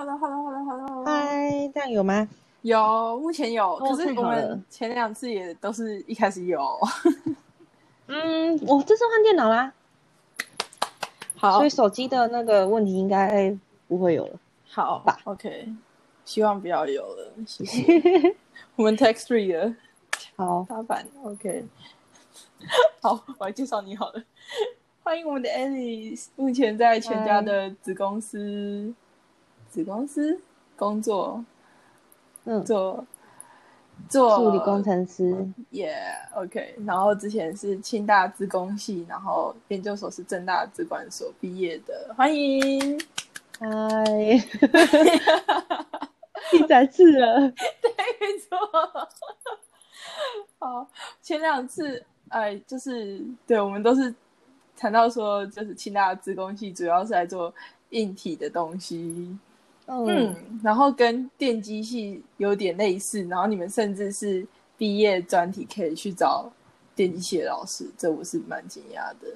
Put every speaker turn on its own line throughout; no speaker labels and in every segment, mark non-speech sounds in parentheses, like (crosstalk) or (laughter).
Hello，Hello，Hello，Hello，Hello，Hello，
嗨，这样有吗？
有，目前有，
哦
可是
太
我
好了
们前两次也都是一开始
(laughs)
有。
嗯，我这次换电脑啦，
好
所以，手机的那个问题应该不会有了。
好
吧
，OK，希望不要有
(laughs)
了，谢谢。我们 Text Three 的
好，
八版，OK。好，我来介绍你好了。欢迎我们的 Alice，目前在全家的子公司子公司工作，
嗯，
做做
助理工程师，
耶、yeah,，OK。然后之前是清大资工系，然后研究所是正大资管所毕业的，欢迎。 (laughs)
嗨， (laughs) 第三次了，
没错。好，前两次哎，就是对我们都是谈到说，就是清大资工系主要是来做硬体的东西，
嗯，
嗯，然后跟电机系有点类似，然后你们甚至是毕业专题可以去找电机系的老师，这我是蛮惊讶的。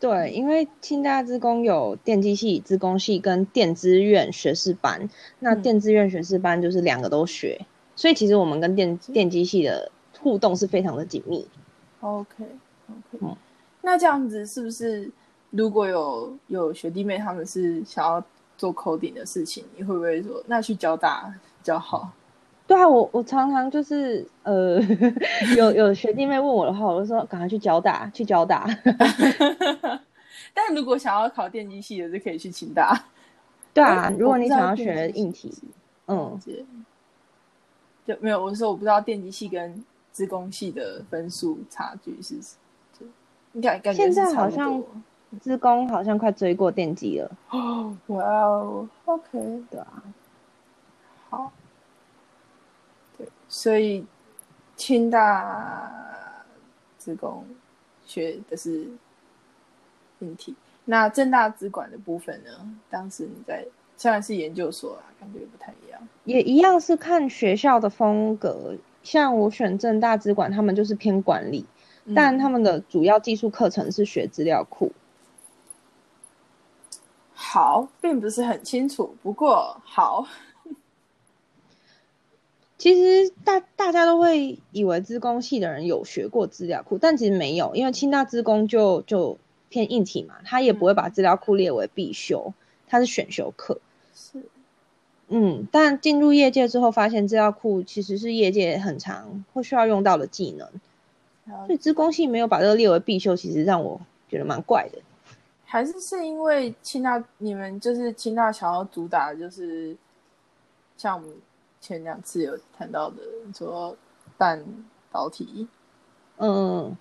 对，因为清大资工有电机系、资工系跟电资院学士班，那
嗯
电资院学士班就是两个都学，所以其实我们跟电电机系的互动是非常的紧密。
OK OK，、
嗯
那这样子是不是如果有有学弟妹他们是想要做 coding 的事情，你会不会说那去交大比较好？
对啊，我我常常就是呃，有有学弟妹问我的话，我就说赶快去交大，去交大。
(laughs) 但如果想要考电机系的，就可以去清大。
对啊
哎，
如果你想要
我不知道
学
电机系
硬体，嗯，
是，就没有我是说我不知道电机系跟资工系的分数差距是，就你感感觉
现
是
在
差
好
不
像
多
资工好像快追过电机了。
哦，哇哦，OK，
对啊，
好，对，所以清大职工学的是硬体，那正大资管的部分呢？当时你在虽然是研究所啦，感觉不太一样。
也一样是看学校的风格。像我选正大资管，他们就是偏管理，但他
们
们的主要技术课程是学资料库。
好并不是很清楚，不过好，
其实大大家都会以为资工系的人有学过资料库，但其实没有，因为清大资工就就偏硬体嘛，他也不会
嗯
把资料库列为必修，它是选修课。
是
嗯，但进入业界之后，发现资料库其实是业界很常会需要用到的技能，
了
所以资工系没有把这个列为必修，其实让我觉得蛮怪的。
还是是因为清大，你们就是清大想要主打的就是，像我们前两次有谈到的，说半导体，
嗯，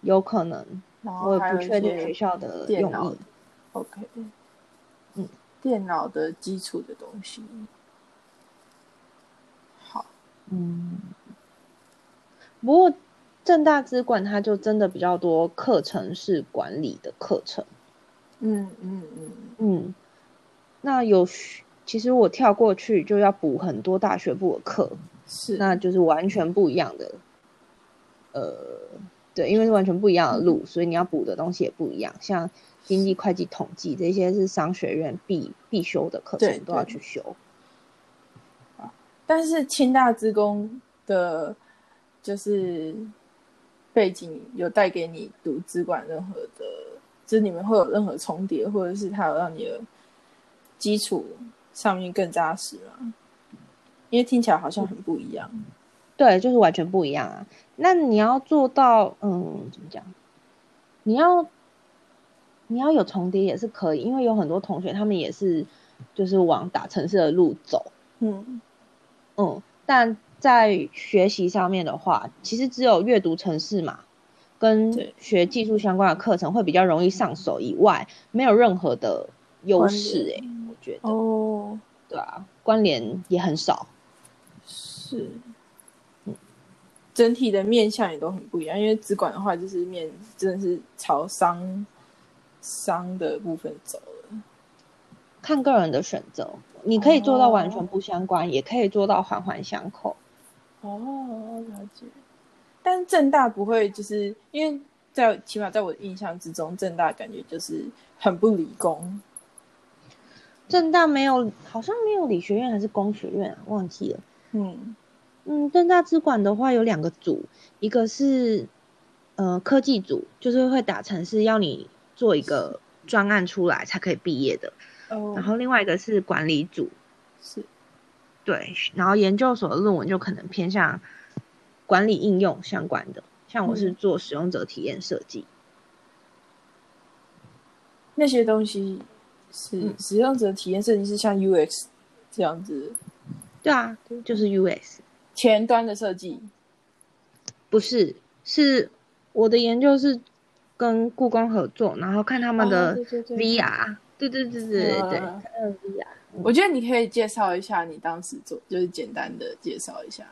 有可能，
然后
我
哦还
也
有
不
一
确定学
些
校的
电
用
脑
意。
OK，
嗯，
电脑的基础的东西。好，
嗯，不过正大资管它就真的比较多课程是管理的课程。
嗯嗯嗯，
嗯，那有学其实我跳过去就要补很多大学部的课，
是
那就是完全不一样的。呃，对，因为是完全不一样的路，所以你要补的东西也不一样。像经济、会计、统计这些是商学院必必修的课
对
程，都要
对
去修。
但是清大职工的，就是背景有带给你读资管任何的，就是你们会有任何重叠，或者是它有让你的基础上面更扎实吗？因为听起来好像很不一样。
对，就是完全不一样啊。那你要做到，嗯，怎么讲？你要你要有重叠也是可以，因为有很多同学他们也是就是往打城市的路走，
嗯，
嗯，但在学习上面的话，其实只有阅读城市嘛，跟
对
学技术相关的课程会比较容易上手以外，没有任何的优
关
势诶、
联
我觉得，
哦，
对啊，关联也很少。
是，嗯整体的面向也都很不一样。因为资管的话，就是面真的是朝商商的部分走了。
看个人的选择，你可以做到完
哦
全不相关，也可以做到环环相扣。
哦，了解。但正大不会，就是因为在起码在我的印象之中，正大感觉就是很不理工。
正大没有，好像没有理学院还是工学院啊，忘记了。
嗯
嗯，正大资管的话有两个组，一个是呃科技组，就是会打城市，要你做一个专案出来才可以毕业的。
哦，
然后另外一个是管理组，
是
对，然后研究所的论文就可能偏向管理应用相关的，像我是
嗯
做使用者体验设计，
那些东西是、
嗯
使用者体验设计是像 UX 这样子
对啊，就是 US，
前端的设计，
不是，是我的研究是跟故宫合作，然后看他们
哦
的
对对对
VR，对对对对对对，
嗯
看他们的 VR。
我觉得你可以介绍一下你当时做，就是简单的介绍一下。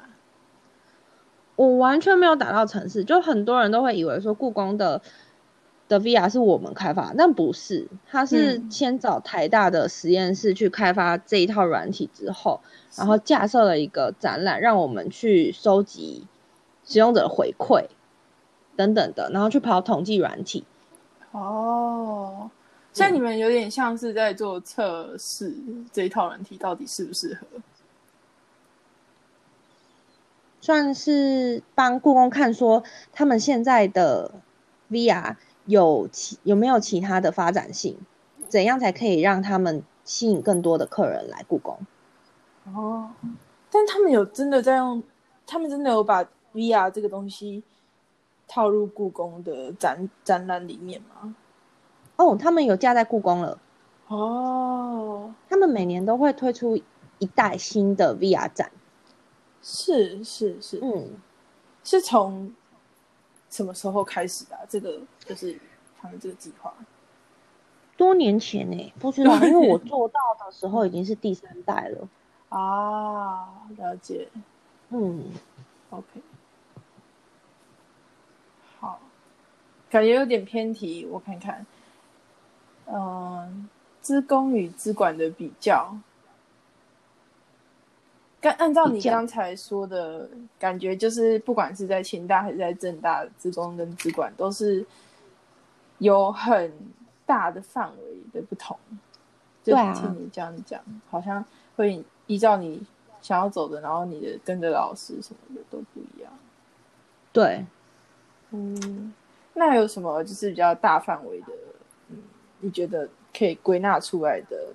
我完全没有打到城市，就很多人都会以为说故宫的的 VR 是我们开发，但不是，它是
嗯
先找台大的实验室去开发这一套软体之后，然后架设了一个展览，让我们去收集使用者回馈等等的，然后去跑统计软体。
哦，所以
嗯
你们有点像是在做测试这一套软体到底适不适合。
算是帮故宫看说他们现在的 VR 有其有没有其他的发展性，怎样才可以让他们吸引更多的客人来故宫？
哦，但他们有真的在用，他们真的有把 VR 这个东西套入故宫的展展览里面吗？
哦，他们有架在故宫了，
哦，
他们每年都会推出一代新的 VR 展。
是是是，
嗯，
是从什么时候开始的啊、这个就是他们这个计划。
多年前呢、不知道，因为我做到的时候已经是第三代了。
啊，了解
嗯，
，OK，好，感觉有点偏题，我看看，嗯，资工与资管的比较，刚按照你
比较
刚才说的感觉，就是不管是在清大还是在政大，资工跟资管都是有很大的范围的不同。就
对啊
听你这样讲，好像会依照你想要走的，然后你的跟着老师什么的都不一样。
对，
嗯，那有什么就是比较大范围的？嗯，你觉得可以归纳出来的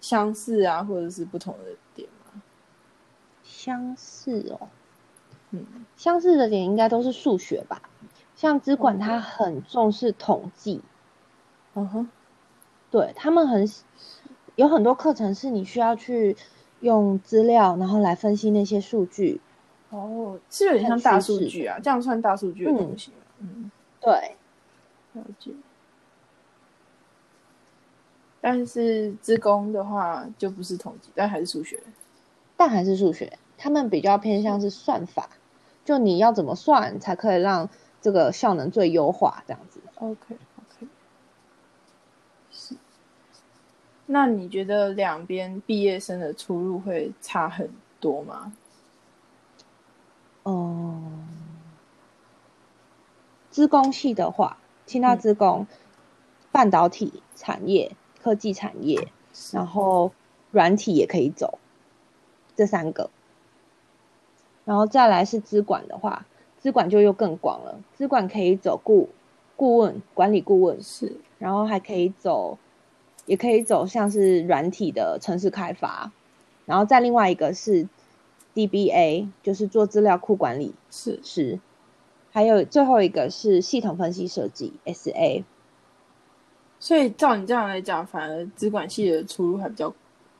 相似啊，或者是不同的点吗？
相似哦。
嗯，
相似的点应该都是数学吧，像资管
嗯
它很重视统计，
嗯哼，
对他们很有很多课程是你需要去用资料，然后来分析那些数据。
哦，是有点像大数据啊，这样算大数据的东西吗？嗯，
对，
了解。但是资工的话就不是统计，但还是数学。
但还是数学，他们比较偏向是算法，就你要怎么算才可以让这个效能最优化这样子。
OK OK，是。那你觉得两边毕业生的出路会差很多吗？
嗯，资工系的话，清大
嗯
资工、半导体产业、科技产业，然后软体也可以走，这三个。然后再来是资管的话，资管就又更广了，资管可以走顾顾问、管理顾问，
是
然后还可以走，也可以走像是软体的城市开发，然后再另外一个是 DBA，就是做资料库管理
是
师，还有最后一个是系统分析设计 SA。
所以照你这样来讲，反而资管系的出路还比较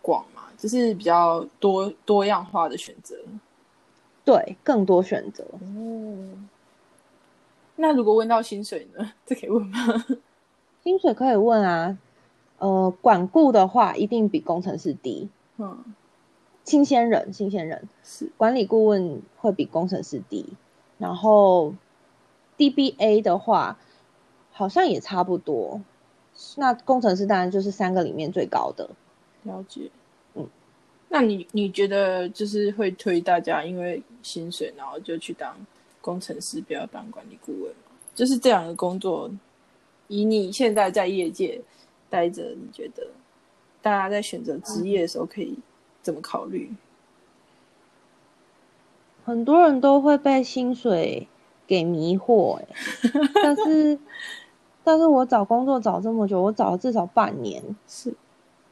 广嘛，就是比较多多样化的选择。
对，更多选择。
哦，那如果问到薪水呢？这可以问吗？
薪水可以问啊，呃，管顾的话一定比工程师低，
嗯，
新鲜人，新鲜人，
是
管理顾问会比工程师低，然后 DBA 的话好像也差不多。那工程师当然就是三个里面最高的。
了解。
嗯，
那你你觉得就是会推大家因为薪水，然后就去当工程师，不要当管理顾问吗？就是这两个工作，以你现在在业界待着，你觉得大家在选择职业的时候可以怎么考虑？
嗯很多人都会被薪水给迷惑、欸，但
(laughs)
是，但是我找工作找这么久，我找了至少半年，
是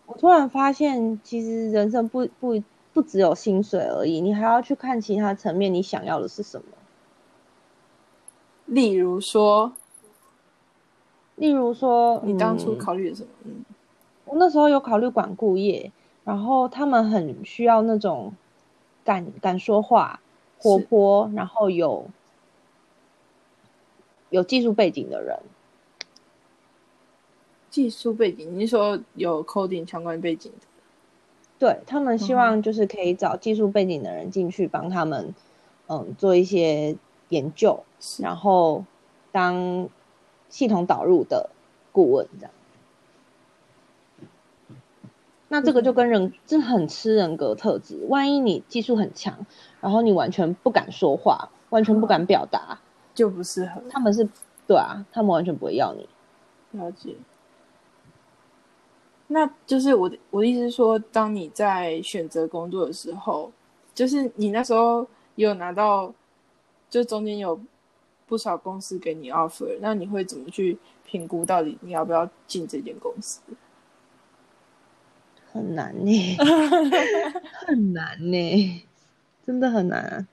我突然发现，其实人生不不不只有薪水而已，你还要去看其他层面，你想要的是什么。
例如说，
例如说，
你当初
嗯
考虑的什么？嗯，
我那时候有考虑管顾业，然后他们很需要那种敢敢说话、活
是
泼，然后有有技术背景的人。
技术背景，你是说有 coding 相关背景的，
对他们希望就是可以找技术背景的人进去帮他们，嗯，做一些研究，
是
然后当系统导入的顾问这样。那这个就跟人这很吃人格特质。万一你技术很强，然后你完全不敢说话，完全不敢表达，
就不适合
他们是对啊，他们完全不会要你。
了解。那就是我的我的意思是说，当你在选择工作的时候，就是你那时候有拿到，就中间有不少公司给你 offer，那你会怎么去评估到底你要不要进这间公司？
很难呢、很难呢、真的很难啊、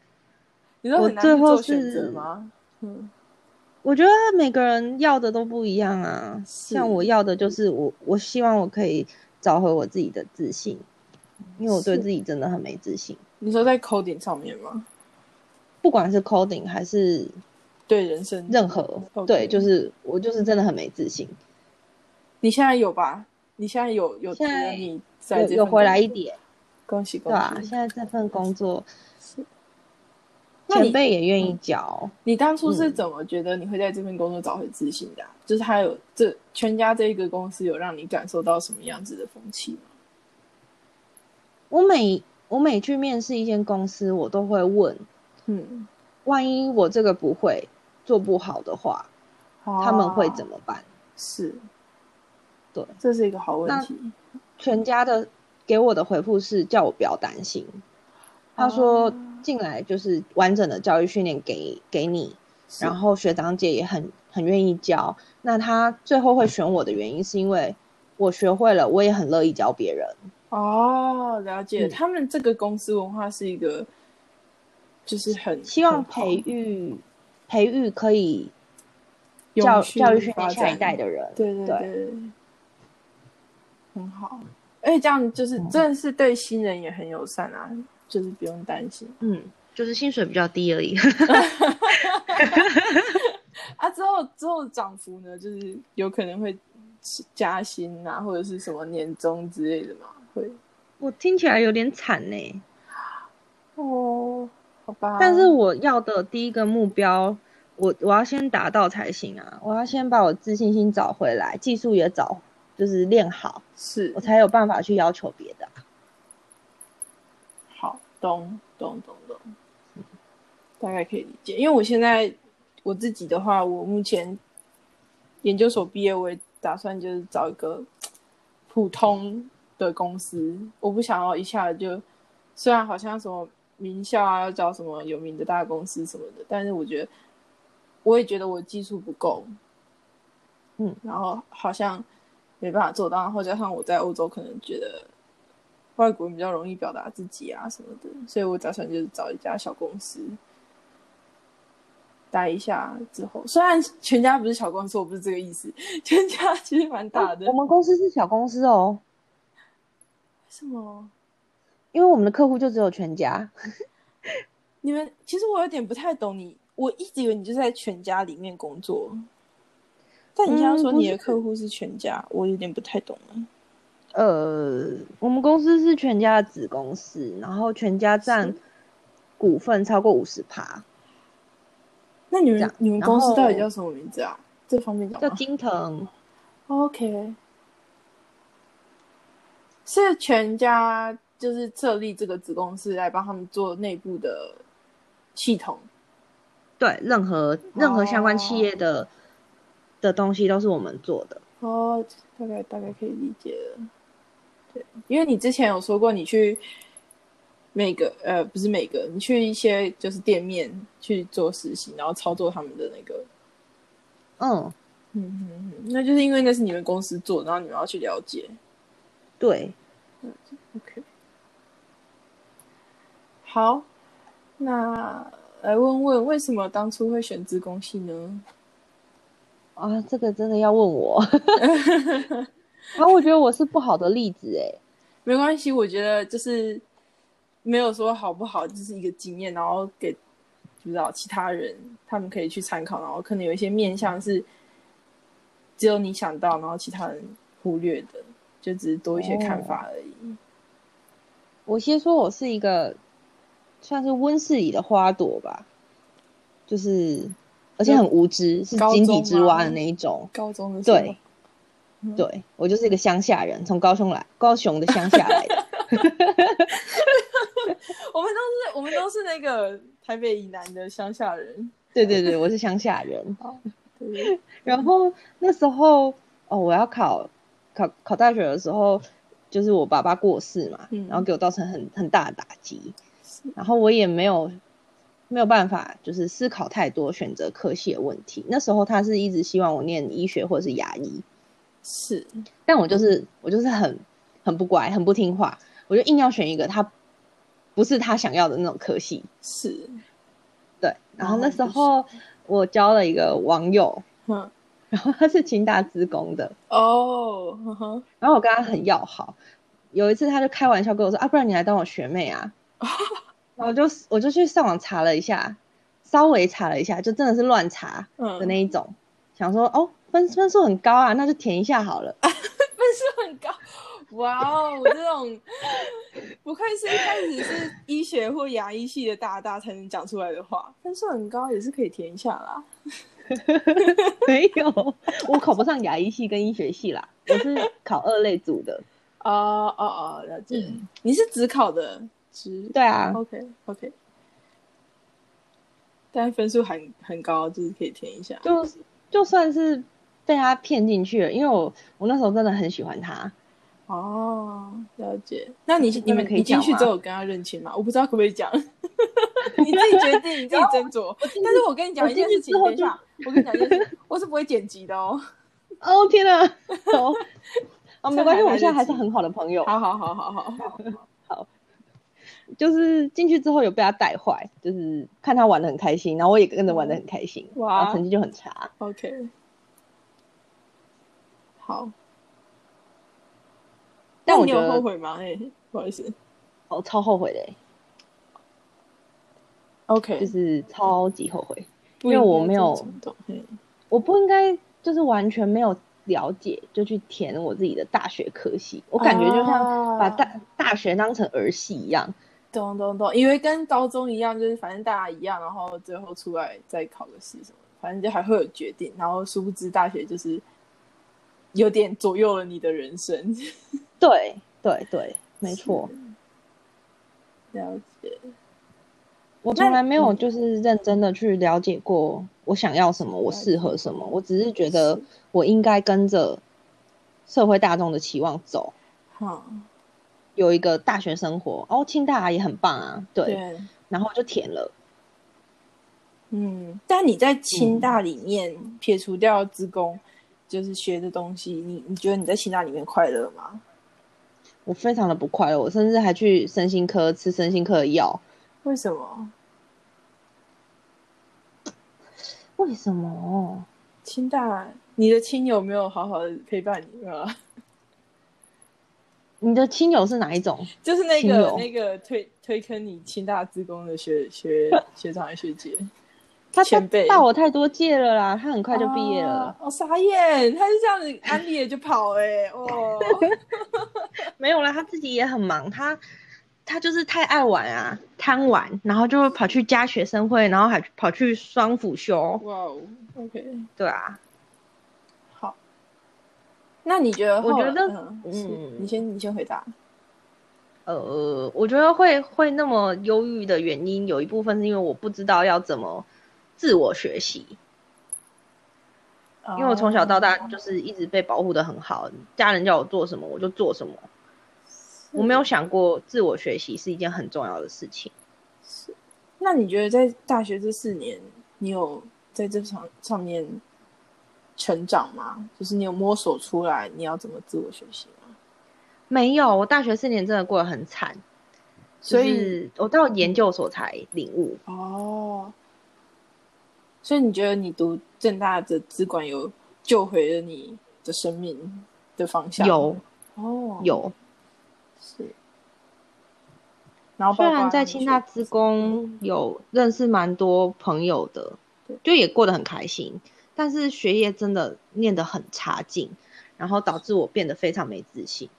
你说
我
很难
最
去
后
做选
是
择吗？嗯，
我觉得每个人要的都不一样啊。
是
像我要的就是我，我希望我可以找回我自己的自信，因为我对
是
自己真的很没自信，
你说在 coding 上面吗？
不管是 coding 还是
对人生，
任何
OK
对，就是我就是真的很没自信。
你现在有吧？你现在有有觉
现
得
在
你在
有
这
有
份
回来
工
一
作，
点，
恭喜恭
对啊吧、
喜！
现在这份工作，
是那你嗯
前辈也愿意教。
你当初
嗯
是怎么觉得你会在这份工作找回自信的啊、就是他有这全家这一个公司有让你感受到什么样子的风气吗？
我每我每去面试一间公司，我都会问，
嗯，
万一我这个不会做不好的话，他们会怎
么？
么办？
啊是，
对，
这是一个好问题。
全家的给我的回复是叫我不要担心。他说
哦
进来就是完整的教育训练给给你，
是
然后学长姐也很很愿意教。那他最后会选我的原因是因为我学会了，我也很乐意教别人。
哦，了解，
嗯
他们这个公司文化是一个，就是很
希望
很好
培育培育可以
永
教
续
教育训
发
练下一
展
代的人。
对对
对
对，很好。而且这样就是
嗯
真的是对新人也很友善啊，就是不用担心
嗯，就是薪水比较低而已。
啊。之后之后涨幅呢，就是有可能会加薪啊，或者是什么年终之类的嘛，会
我听起来有点惨呢、
哦，好吧。
但是我要的第一个目标，我我要先达到才行啊！我要先把我自信心找回来，技术也找，就是练好，
是
我才有办法去要求别的啊、
好，懂懂懂懂，大概可以理解。因为我现在我自己的话，我目前研究所毕业，我也打算就是找一个普通的公司，我不想要一下就，虽然好像什么名校啊，要找什么有名的大公司什么的，但是我觉得，我也觉得我技术不够，
嗯，
然后好像没办法做到，然后加上我在欧洲可能觉得外国人比较容易表达自己啊什么的，所以我打算就是找一家小公司待一下之后，虽然全家不是小公司，我不是这个意思，全家其实蛮大的
我。们公司是小公司哦，
什么？
因为我们的客户就只有全家。
你们其实我有点不太懂你，我一直以为你就在全家里面工作，但你刚刚
嗯
说
不
你的
是
客户是全家，我有点不太懂了。
呃，我们公司是全家的子公司，然后全家占
是
股份超过五十趴，
那你
这
们
样
你们
然
公司到底
后
叫什么名字啊？这方面讲
叫
吗
金腾。
？OK，是全家就是设立这个子公司来帮他们做内部的系统。
对，任何任何相关企
哦
业的、的东西都是我们做的。
哦，大概大概可以理解了。因为你之前有说过，你去每个呃不是每个，你去一些就是店面去做实习，然后操作他们的那个，
嗯，
嗯嗯嗯，那就是因为那是你们公司做，然后你们要去了解。
对，
OK，好，那来问问为什么当初会选自工系呢？
啊，这个真的要问
(laughs)
我。啊，我觉得我是不好的例子哎、
没关系，我觉得就是没有说好不好，就是一个经验，然后给不知道其他人他们可以去参考，然后可能有一些面向是只有你想到，然后其他人忽略的，就只是多一些看法而已。
我先说我是一个算是温室里的花朵吧，就是而且很无知，是
高
井底
中
之蛙
吗
的那一种。
高中的时候
对，对我就是一个乡下人，从高雄来，高雄的乡下来的。 (laughs)
我们都是我们都是那个台北以南的乡下人。
对对对，我是乡下人。
对
然后那时候哦，我要考考考大学的时候，就是我爸爸过世嘛，
嗯
然后给我造成很很大的打击，然后我也没有没有办法就是思考太多选择科系的问题。那时候他是一直希望我念医学或者是牙医，
是，
但我
嗯
就是我就是很很不乖，很不听话，我就硬要选一个他不是他想要的那种科系。
是，
对，然后
哦
那时
不是
候我交了一个网友，
哼，
然后他是清大职工的，
哦，呵呵，
然后我跟他很要好。有一次他就开玩笑跟我说：“啊，不然你来当我学妹啊。”
(laughs)
然后我就我就去上网查了一下，稍微查了一下，就真的是乱查
嗯，
的那一种，想说哦分分数很高啊，那就填一下好了。 (laughs)
分数很高，哇哦，这种不愧是一开始是医学或牙医系的大大才能讲出来的话，分数很高也是可以填一下啦。
没有，我考不上牙医系跟医学系啦，我是考二类组的。
哦哦哦，了解。
嗯
你是只考的，只
对啊，
，OK OK，但分数很很高，就是可以填一下。
就就算是被他骗进去了，因为我我那时候真的很喜欢他，
哦，了解。那你你们
可以
你进
讲
去
吗
之后有跟他认亲吗？我不知道可不可以
(laughs)
讲，你自己决定，你自己斟酌。但是我跟你讲
我
一件
进
事
去
情，
之后
等一下，我跟你讲一件事情，我是不会剪辑的
(laughs)
哦。
哦天哪，
(laughs)
哦，哦没关系，
这还来得及
我们现在还是很好的朋友。
好好好好好，
就是进去之后有被他带坏，就是看他玩的很开心，然后我也跟着玩的很开心，
哇
然后成绩就很差。
，OK，好。
但
那
我
你
觉
有后
得
悔吗？哎，不好意思
我、哦、超后悔的欸、就
，OK，
是超级后悔，
因
因为我没有
冲动。嗯
我不应该就是完全没有了解就去填我自己的大学科系，我感觉就
哦啊
像把大、大学当成儿戏一样。
懂懂懂，因为跟高中一样，就是反正大家一样，然后最后出来再考个试什么的，反正就还会有决定。然后殊不知大学就是有点左右了你的人生。
对对对，没错，
(laughs) 了解，
我从来没有
嗯
就是认真的去了解过我想要什么，我适合什么，我只是觉得我应该跟着社会大众的期望走。
好，
有一个大学生活，哦，清大也很棒啊，对，
对，
然后我就填了，
嗯。但你在清大里面、撇除掉职工，就是学的东西，你你觉得你在清大里面快乐吗？
我非常的不快乐，我甚至还去身心科吃身心科的药，
为什么？
为什么？
清大，你的亲友没有好好的陪伴你吗？
你的亲友是哪一种？
就是那
亲
个
友
那个推推坑你清大职工的学学学长还学姐，
他
前辈
大我太多届了啦，他很快就毕业了，
哦，傻眼，他是这样子安利了就跑哎、
(laughs)
哦，
没有啦，他自己也很忙，他他就是太爱玩啊，贪玩，然后就跑去加学生会，然后还跑去双辅修，
哇哦，OK，
对啊，
好，那你觉得后来？
我觉得
嗯，是
嗯
你先你先回答，
呃，我觉得会会那么忧郁的原因，有一部分是因为我不知道要怎么自我学习，
啊
哦因为我从小到大就是一直被保护的很好，家人叫我做什么我就做什么，我没有想过自我学习是一件很重要的事情。
那你觉得在大学这四年，你有在这上上面成长吗？就是你有摸索出来你要怎么自我学习吗？
没有，我大学四年真的过得很惨，
所
就
以
是我到研究所才领悟。
哦，所以你觉得你读正大的资管有救回了你的生命的方向？
有
哦，
有，
是。然后
虽
包括
然在
你
清
说
大职工有认识蛮多朋友的
对，
就也过得很开心，但是学业真的念得很差劲，然后导致我变得非常没自信。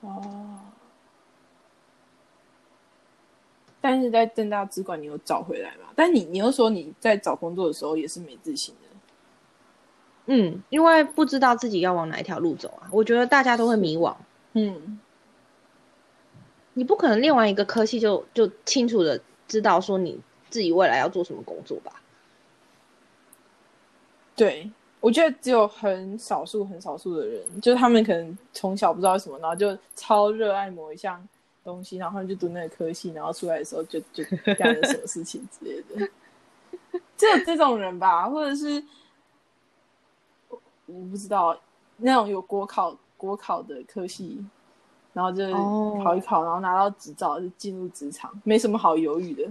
哦，但是在正大资管你有找回来嘛？但你你又说你在找工作的时候也是没自信的，
嗯，因为不知道自己要往哪一条路走啊，我觉得大家都会迷惘。
嗯，
你不可能练完一个科系就就清楚的知道说你自己未来要做什么工作吧？
对。我觉得只有很少数、很少数的人，就是他们可能从小不知道什么，然后就超热爱某一项东西，然后他们就读那个科系，然后出来的时候就就干了什么事情之类的。只有这种人吧，或者是我我不知道那种有国考国考的科系，然后就是
哦
考一考，然后拿到执照就进入职场，没什么好犹豫的。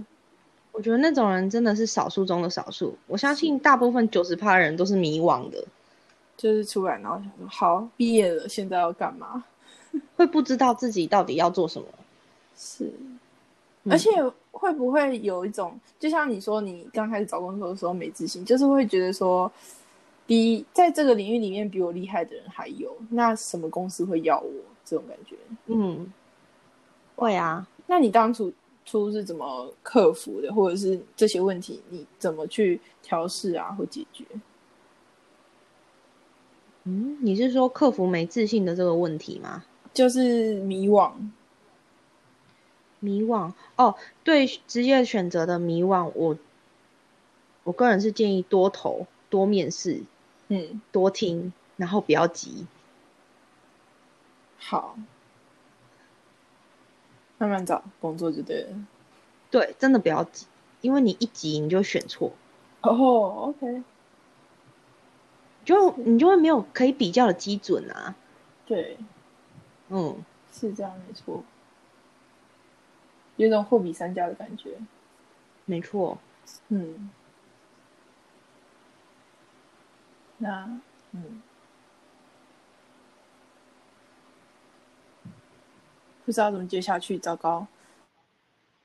我觉得那种人真的是少数中的少数，我相信大部分九十趴人都是迷惘的，
就是出来，然后想说好，毕业了，现在要干嘛？
会不知道自己到底要做什么。
是，
嗯
而且会不会有一种，就像你说，你刚开始找工作的时候没自信，就是会觉得说，比在这个领域里面比我厉害的人还有，那什么公司会要我这种感觉？
嗯，会啊，
那你当初初是怎么克服的，或者是这些问题你怎么去调试啊，或解决？
嗯，你是说克服没自信的这个问题吗？
就是迷惘，
迷惘哦，对职业选择的迷惘，我我个人是建议多投、多面试、
嗯，
多听，然后不要急。
好，慢慢找工作就对了。
对，真的不要急，因为你一急你就选错，
哦、o k
就你就会没有可以比较的基准啊。
对，
嗯，
是这样，没错，有一种货比三家的感觉。
没错。
嗯，那嗯，不知道怎么接下去，糟糕，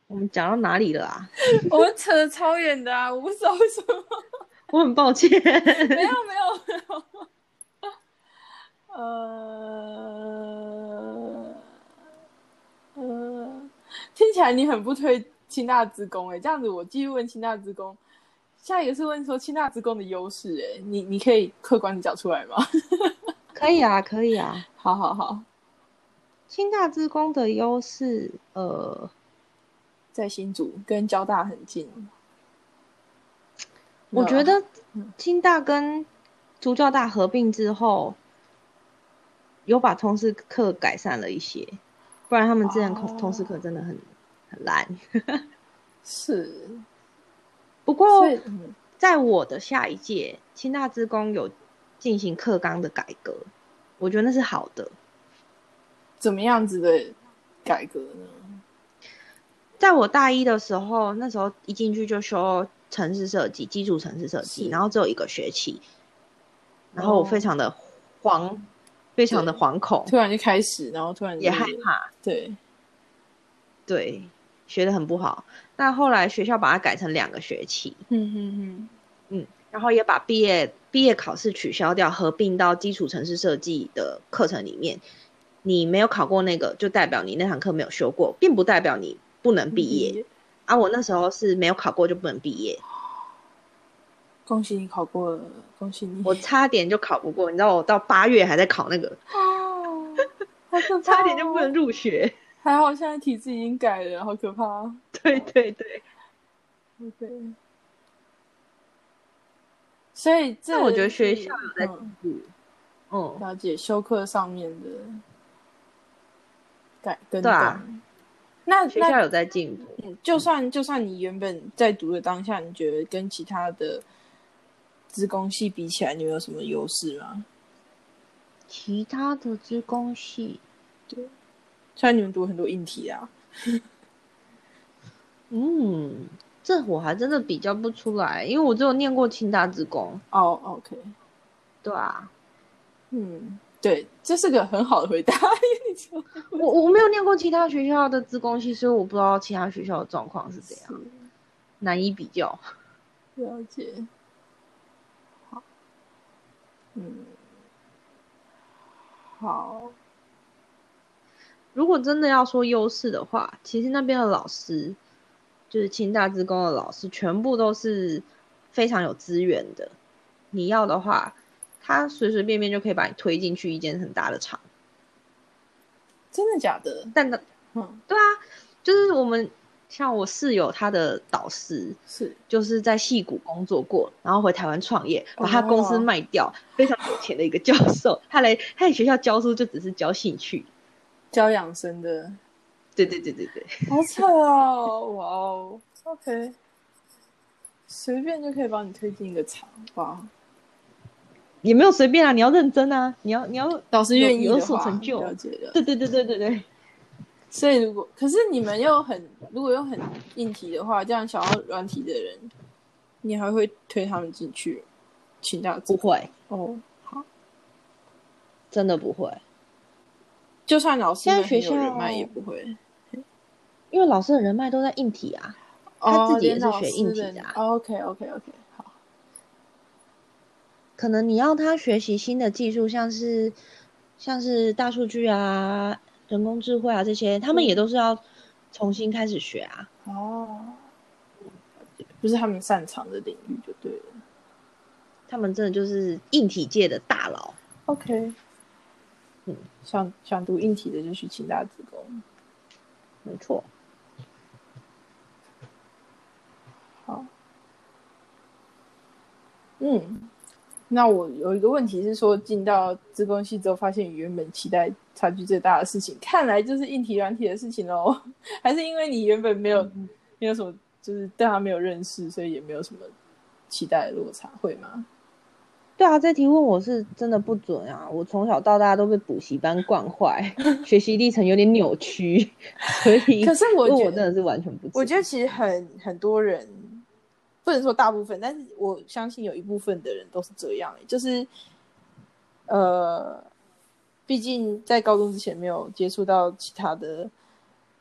我们讲到哪里了啊？
(laughs) 我们扯的超远的啊，我不知道为什么，
我很抱歉。 (laughs)
没有没有没有，呃呃，听起来你很不推清大职工哎、这样子我继续问清大职工，下一个是问说清大职工的优势哎，你你可以客观的讲出来吗？
可以啊，可以啊。
好好好，
清大之工的优势，呃，
在新竹跟交大很近，
我觉得
嗯
清大跟竹教大合并之后，有把通识课改善了一些，不然他们之前
哦
通识课真的很很烂。
是，
不过
所以嗯
在我的下一届，清大之工有进行课纲的改革，我觉得那是好的。
怎么样子的改革呢？
在我大一的时候，那时候一进去就修城市设计、基础城市设计，
是
然后只有一个学期，然后我非常的惶，非常的惶恐，
突然就开始，然后突然就
也害怕，
对，
对，学的很不好。那后来学校把它改成两个学期，
嗯嗯嗯，
嗯，然后也把毕业毕业考试取消掉，合并到基础城市设计的课程里面。你没有考过那个，就代表你那堂课没有修过，并不代表你不能毕业、
嗯
啊。我那时候是没有考过就不能毕业，
恭喜你考过了，恭喜你！
我差点就考不过，你知道我到八月还在考那个，
(laughs) 哦，好可怕、
差点就不能。入学。 (laughs)
还好现在体制已经改了，好可怕、哦。
对对对，
OK。所以这
但我觉得学校有在进
嗯
步。嗯，
了解修课上面的改跟
对
动。
啊
那
学
那
校有在进步，
嗯，就算就算你原本在读的当下，你觉得跟其他的职工系比起来，你有什么优势吗？
其他的职工系，
虽然你们读很多硬体啊，
嗯，这我还真的比较不出来，因为我只有念过清大职工，
哦、o k
对啊，
嗯，对，这是个很好的回答，因为你说
我我没有念过其他学校的职工系，所以我不知道其他学校的状况是怎样，难以比较。
(laughs) 了解。好，嗯，好，
如果真的要说优势的话，其实那边的老师，就是清大职工的老师，全部都是非常有资源的。你要的话，他随随便便就可以把你推进去一间很大的厂。
真的假的？
但的
嗯，
对啊，就是我们像我室友他的导师，
是
就是在戏谷工作过，然后回台湾创业，把他公司
哦
卖掉，非常有钱的一个教授。他来他在学校教书就只是教兴趣。
教养生的，
对对对对对。
好扯哦，哇哦，OK，随便就可以帮你推进一个厂，哇，
也没有随便啊，你要认真啊，你要你要，
老师愿意
有
的
有所
话
成就
了解了。
对对对对对对，
所以如果可是你们又很如果又很硬体的话，这样想要软体的人，你还会推他们进去，请到
不会，
哦。
真的不会，
就算老师
现在
们很
学校
有人脉也不会。
因为老师的人脉都在硬体啊，
哦，
他自己也
连
是
老
学
师
硬体
人
的啊
OK OK OK，好，
可能你要他学习新的技术，像是像是大数据啊、人工智慧啊这些，他们
嗯
也都是要重新开始学啊。
哦，不是他们擅长的领域就对了。
他们真的就是硬体界的大佬，
OK，
嗯
想想读硬体的就去清大职工。
没错。
好，嗯，那我有一个问题是说，进到职工系之后，发现与原本期待差距最大的事情，看来就是硬体软体的事情喽。 (laughs) 还是因为你原本没有没有什么，就是对他没有认识，所以也没有什么期待的落差，会吗？
对啊，这题问我是真的不准啊！我从小到大都被补习班惯
(laughs)
坏，学习历程有点扭曲， (laughs) 所以
可是我
问
觉
我真的是完全不准。
我觉得其实很很多人，不能说大部分，但是我相信有一部分的人都是这样、欸就是呃，毕竟在高中之前没有接触到其他的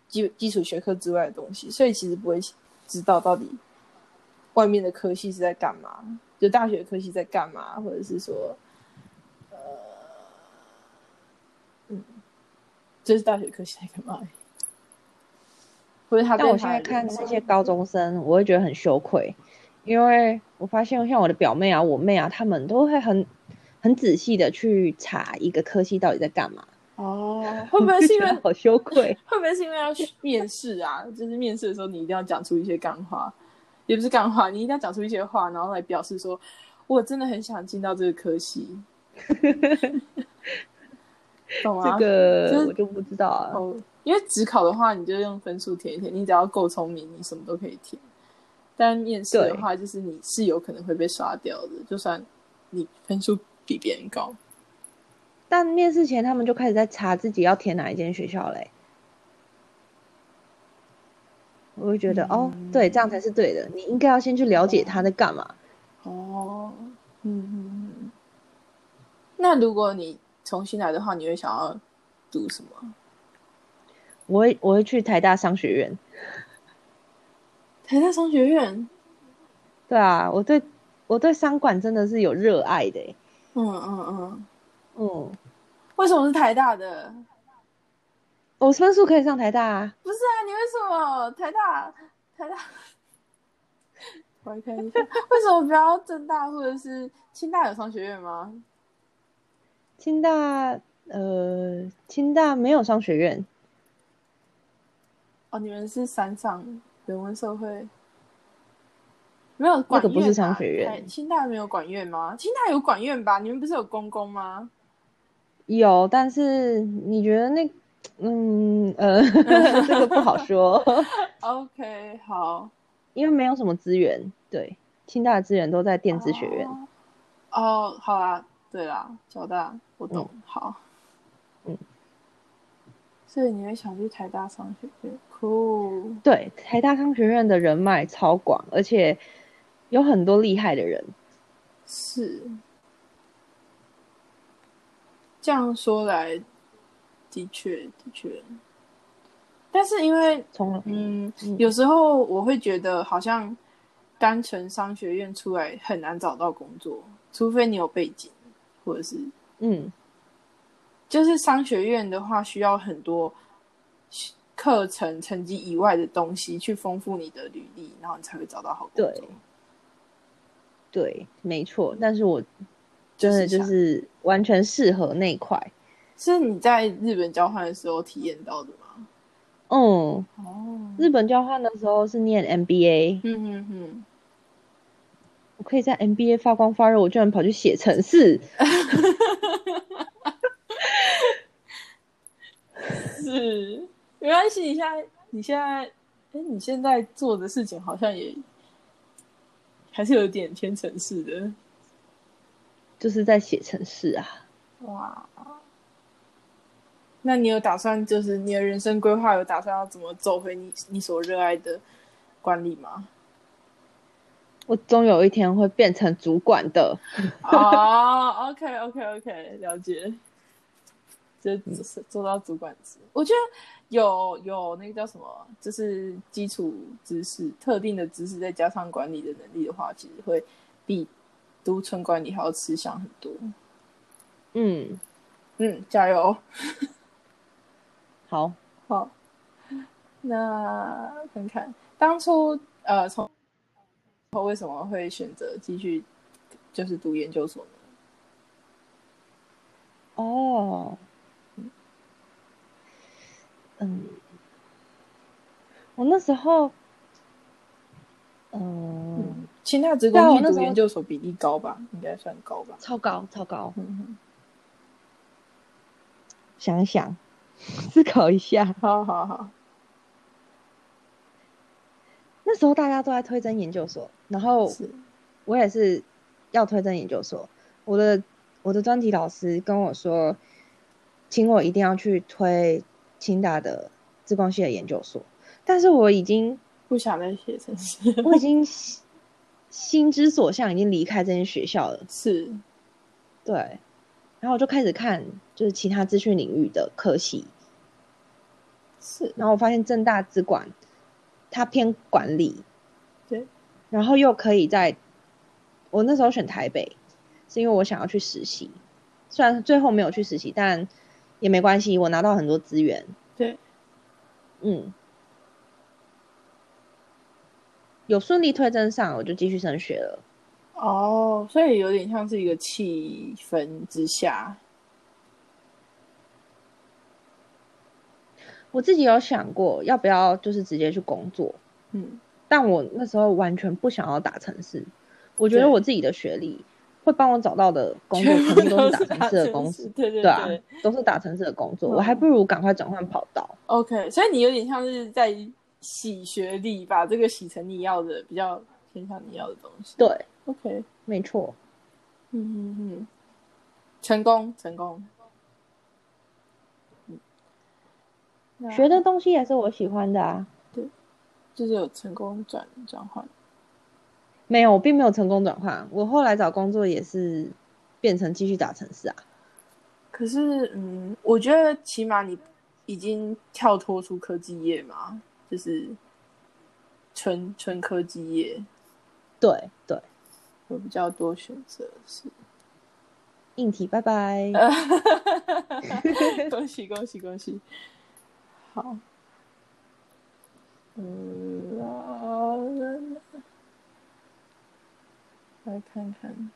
基基础学科之外的东西，所以其实不会知道到底外面的科系是在干嘛，就大学科系在干嘛，或者是说，呃，嗯，就是大学科系在干嘛。欸或者他
但
对
我
他
现在
的
看
人
那
生
些高中生，我会觉得很羞愧，因为我发现像我的表妹啊、我妹啊，她们都会很很仔细的去查一个科系到底在干嘛，
哦，会不会是因
我
为
就觉得好羞
(laughs)
愧？
会不会是因为要去面试啊？就是面试的时候，你一定要讲出一些干话，也不是干话，你一定要讲出一些话，然后来表示说，我真的很想进到这个科系，懂吗？
这个
就是
我就不知道啊。
哦，因为只考的话，你就用分数填一填，你只要够聪明，你什么都可以填。但面试的
对
话，就是你是有可能会被刷掉的，就算你分数比别人高。
但面试前他们就开始在查自己要填哪一间学校嘞。我会觉得、哦，对，这样才是对的。你应该要先去了解他在干嘛。
哦，嗯嗯嗯。那如果你重新来的话，你会想要读什么？
我会我会去台大商学院。
台大商学院。
对啊，我对我对商管真的是有热爱的欸。
嗯嗯嗯。
嗯，
为什么是台大的？
我分数可以上台大啊。
不是啊，你为什么台大台大？ (laughs) 我来看一下，为什么不要正大或者是清大有商学院吗？
清大呃，清大没有商学院，
哦，你们是山上人文社会，没有
那
管
个
院、啊、
不是商学院
台清大没有管院吗？清大有管院吧？你们不是有公公吗？
有，但是你觉得那嗯呃， (laughs) 这个不好说，
OK，好，
因为没有什么资源。对，清大的资源都在电子学院。
哦。哦，好啦，对啦，交大我懂，好。
嗯。
所以你会想去台大商学院？酷。
对，台大商学院的人脉超广，而且有很多厉害的人。
是。这样说来，的确的确，但是因为
从
嗯
嗯，
有时候我会觉得好像单纯商学院出来很难找到工作，除非你有背景，或者是
嗯
就是商学院的话，需要很多课程成绩以外的东西去丰富你的履历，然后你才会找到好工作
对。对，没错。但是我
就
真
是
的就
想
是完全适合那一块。
是你在日本交换的时候体验到的吗？
嗯，
哦，
日本交换的时候是念 MBA，
嗯嗯嗯，
我可以在 MBA 发光发热，我居然跑去写程式。
是没关系。你现在你现在，哎，你现在做的事情好像也还是有点偏城市的。
就是在写程式啊。
哇，那你有打算就是你的人生规划有打算要怎么走回你你所热爱的管理吗？
我终有一天会变成主管的。
(laughs) 哦 o k OK OK，了解。就做做到主管职，我觉得有有那个叫什么，就是基础知识、特定的知识，再加上管理的能力的话，其实会比读纯管理还要吃香很多。
嗯，
嗯，加油！
好，
好，那看看当初呃，从后为什么会选择继续就是读研究所呢？
哦，嗯，我那时候，嗯，
嗯，清大职
对啊
工系
我那
读
时候
研究所比例高吧，应该算高吧。
超高，超高，
嗯，
想一想，思考一下。
好好好，
那时候大家都在推甄研究所，然后
是
我也是要推甄研究所。我的我的专题老师跟我说，请我一定要去推清大的自光系的研究所，但是我已经
不想再写城市，
我已经心心之所向，已经离开这间学校了。
(laughs) 是
对，然后我就开始看就是其他资讯领域的科系，
是，
然后我发现正大资管它偏管理，
对，
然后又可以在我那时候选台北，是因为我想要去实习，虽然最后没有去实习，但也没关系，我拿到很多资源。
对，
嗯，有顺利推甄上，我就继续升学了。
哦，所以有点像是一个气氛之下，
我自己有想过要不要就是直接去工作，
嗯，
但我那时候完全不想要打城市，我觉得
对
我自己的学历会帮我找到的工作肯定都是打城市的工
全
作，
部都是打城市对对
对嗯啊，都是打城市的工作，我还不如赶快转换跑道。
OK，所以你有点像是在洗学历，把这个洗成你要的比较偏向你要的东西。
对，
OK，
没错，
嗯嗯嗯，成功成功，嗯，
学的东西也是我喜欢的啊。
就是有成功转转换。
没有，我并没有成功转换，我后来找工作也是变成继续打城市啊。
可是，嗯，我觉得起码你已经跳脱出科技业嘛，就是纯纯科技业
对对，
有比较多选择是。
硬体拜拜。
(laughs) 恭喜恭喜恭喜！好，嗯，啊来看看，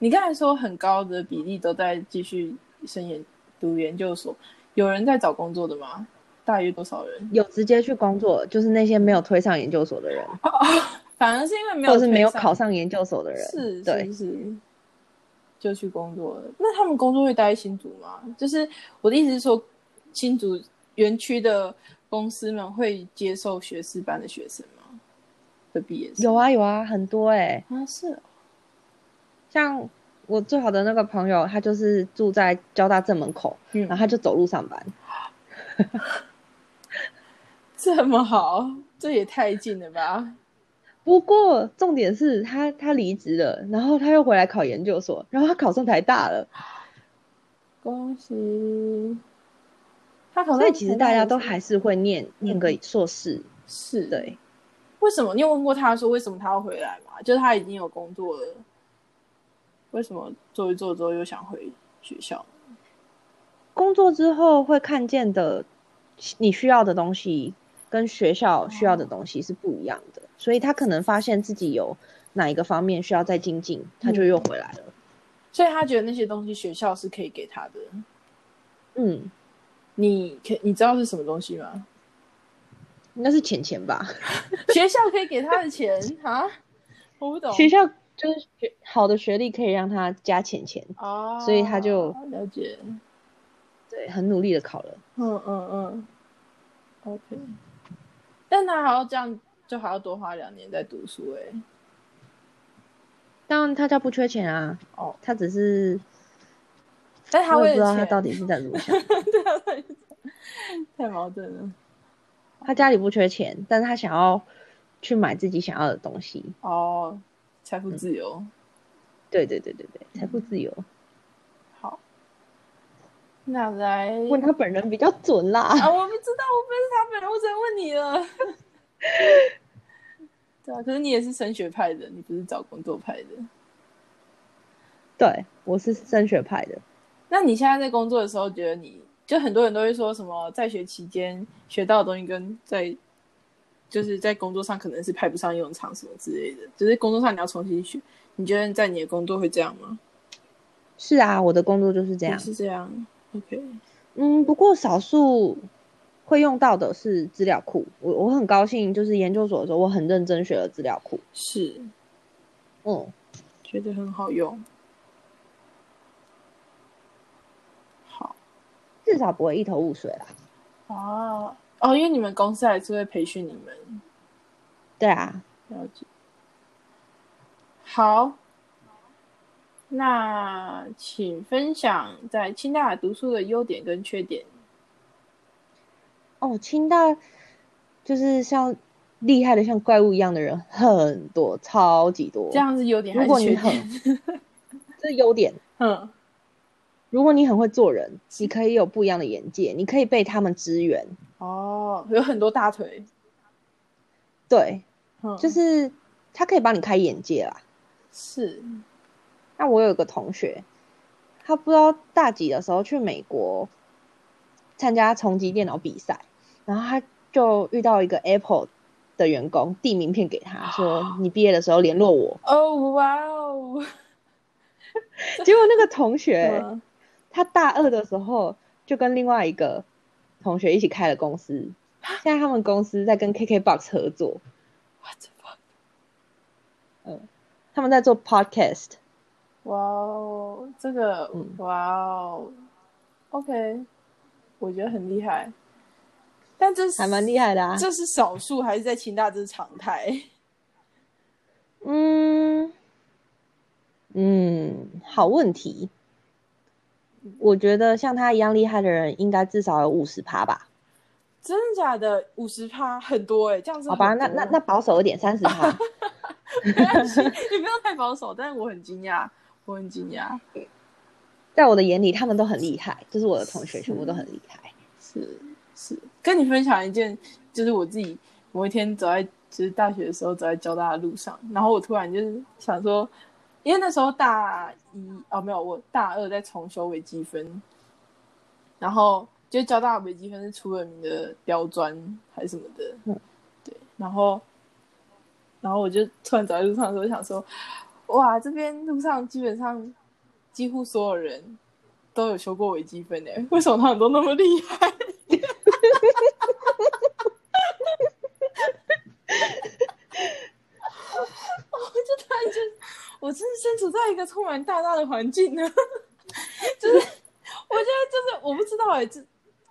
你刚才说很高的比例都在继续升研读研究所，有人在找工作的吗？大约多少人？
有直接去工作，就是那些没有推上研究所的人，
反而是因为没
或
有，
者是没有考，上研究所的人，
是
对
是是，就去工作了。那他们工作会待在新竹吗？就是我的意思是说，新竹园区的公司们会接受学士班的学生吗？的毕业生
有啊有啊，很多哎、
啊是哦
像我最好的那个朋友，他就是住在交大正门口，
嗯
然后他就走路上班。
这么好，这也太近了吧？
不过重点是他他离职了，然后他又回来考研究所，然后他考上台大了。
恭喜！他考上
所以其实大家都
台大
还是会念念个硕士，
是的。
对，
为什么？你有问过他说为什么他要回来吗？就是他已经有工作了，为什么做一做之后又想回学校？
工作之后会看见的，你需要的东西跟学校需要的东西是不一样的，
哦
所以他可能发现自己有哪一个方面需要再精进，他就又回来了。
所以他觉得那些东西学校是可以给他的。
嗯，
你可你知道是什么东西
(laughs)
吗？
应该是钱钱吧，
学校可以给他的钱啊？我不懂。
学校就是学好的学历可以让他加钱钱，
哦，
所以他就
了解。
对，很努力的考了。
嗯嗯嗯，OK。但他还要这样，就还要多花两年在读书哎、
当然他家不缺钱啊，
哦，
他只是
但他
我也
为
不知道
了
他
钱，
到底是在怎么想。 (laughs)
对啊对太矛盾了。
他家里不缺钱，但是他想要去买自己想要的东西。
哦，财富自由。
对对对对对，财富自由。
嗯好，那来
问他本人比较准啦。
啊，我不知道，我不认识他本人，我只能问你了。 (laughs) 对啊，可是你也是升学派的，你不是找工作派的。
对，我是升学派的。
那你现在在工作的时候，觉得你就很多人都会说什么，在学期间学到的东西跟在就是在工作上可能是派不上用场什么之类的，就是工作上你要重新学。你觉得在你的工作会这样吗？
是啊，我的工作就是这
也
样。
是这样。OK，
嗯，不过少数会用到的是资料库。我我很高兴，就是研究所的时候，我很认真学了资料库。
是
嗯，
觉得很好用。好
至少不会一头雾水啦。
啊，哦，因为你们公司还是会培训你们，
对啊，
了解。好，那请分享在清大读书的优点跟缺点。
哦，清大就是像厉害的像怪物一样的人很多，超级多。
这样是优点还
如果
是缺
你很
点？，
(laughs) 这是优点。
嗯，
如果你很会做人，你可以有不一样的眼界，你可以被他们支援。
哦，有很多大腿，
对，
嗯，
就是他可以帮你开眼界啦。
是，
那我有一个同学，他不知道大几的时候去美国参加重级电脑比赛，然后他就遇到一个 Apple 的员工递名片给他说：“你毕业的时候联络我。 (laughs)
哦，哇哦，”
结果那个同学
嗯
他大二的时候就跟另外一个同学一起开了公司，现在他们公司在跟 KKBOX 合作。
，what the fuck？
他们在做 podcast，
哇哦，这个、
嗯
哇哦，OK，我觉得很厉害，但这是
还蛮厉害的啊。
这是少数还是在清大这是常态？ (laughs)
嗯嗯，好问题。我觉得像他一样厉害的人，应该至少有五十趴吧？
真的假的？五十趴很多哎、这样子
好吧，
很
那
多
那那保守一点，三
(laughs)
十趴。
没关系， (laughs) 你不要太保守，但是我很惊讶，我很惊讶，
在我的眼里，他们都很厉害，就是我的同学全部都很厉害。
是是，跟你分享一件，就是我自己某一天走在就是大学的时候走在交大的路上，然后我突然就是想说，因为那时候大一哦没有，我大二在重修微积分，然后就是交大的微积分是出了名的刁钻还是什么的，
嗯
对，然后然后我就突然走在路上的时候想说，哇，这边路上基本上几乎所有人都有修过微积分诶，为什么他们都那么厉害？我 (laughs) 就突然觉得，我真是身处在一个充 (laughs) 满大大的环境呢，就是我觉得就是我不知道哎、这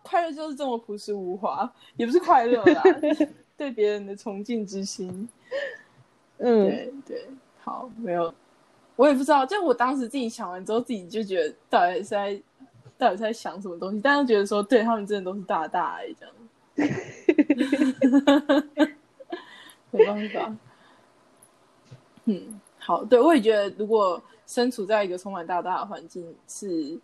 快乐就是这么朴实无华，也不是快乐啦， (laughs) 对别人的崇敬之心。
嗯，
对对，好，没有，我也不知道，就我当时自己想完之后，自己就觉得到底是在到底是在想什么东西，但是觉得说，对他们真的都是大大爱这样，没办法，嗯，好，对我也觉得，如果身处在一个充满大大的环境，是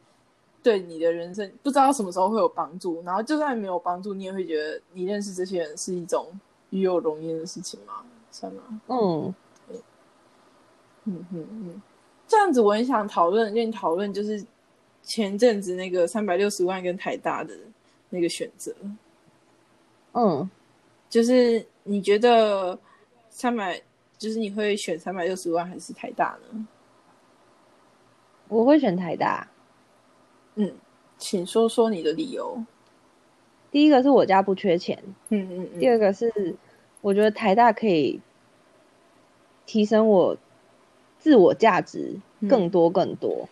对你的人生不知道什么时候会有帮助，然后就算没有帮助，你也会觉得你认识这些人是一种与有荣焉的事情嘛，算吗？
嗯，
嗯嗯嗯，这样子我很想讨论跟你讨论，就是前阵子那个三百六十万跟台大的那个选择，
嗯，
就是你觉得三百，就是你会选三百六十万还是台大呢？
我会选台大。
嗯，请说说你的理由。
第一个是我家不缺钱，
嗯嗯
第
嗯，
二个是我觉得台大可以提升我自我价值
嗯
更多更多。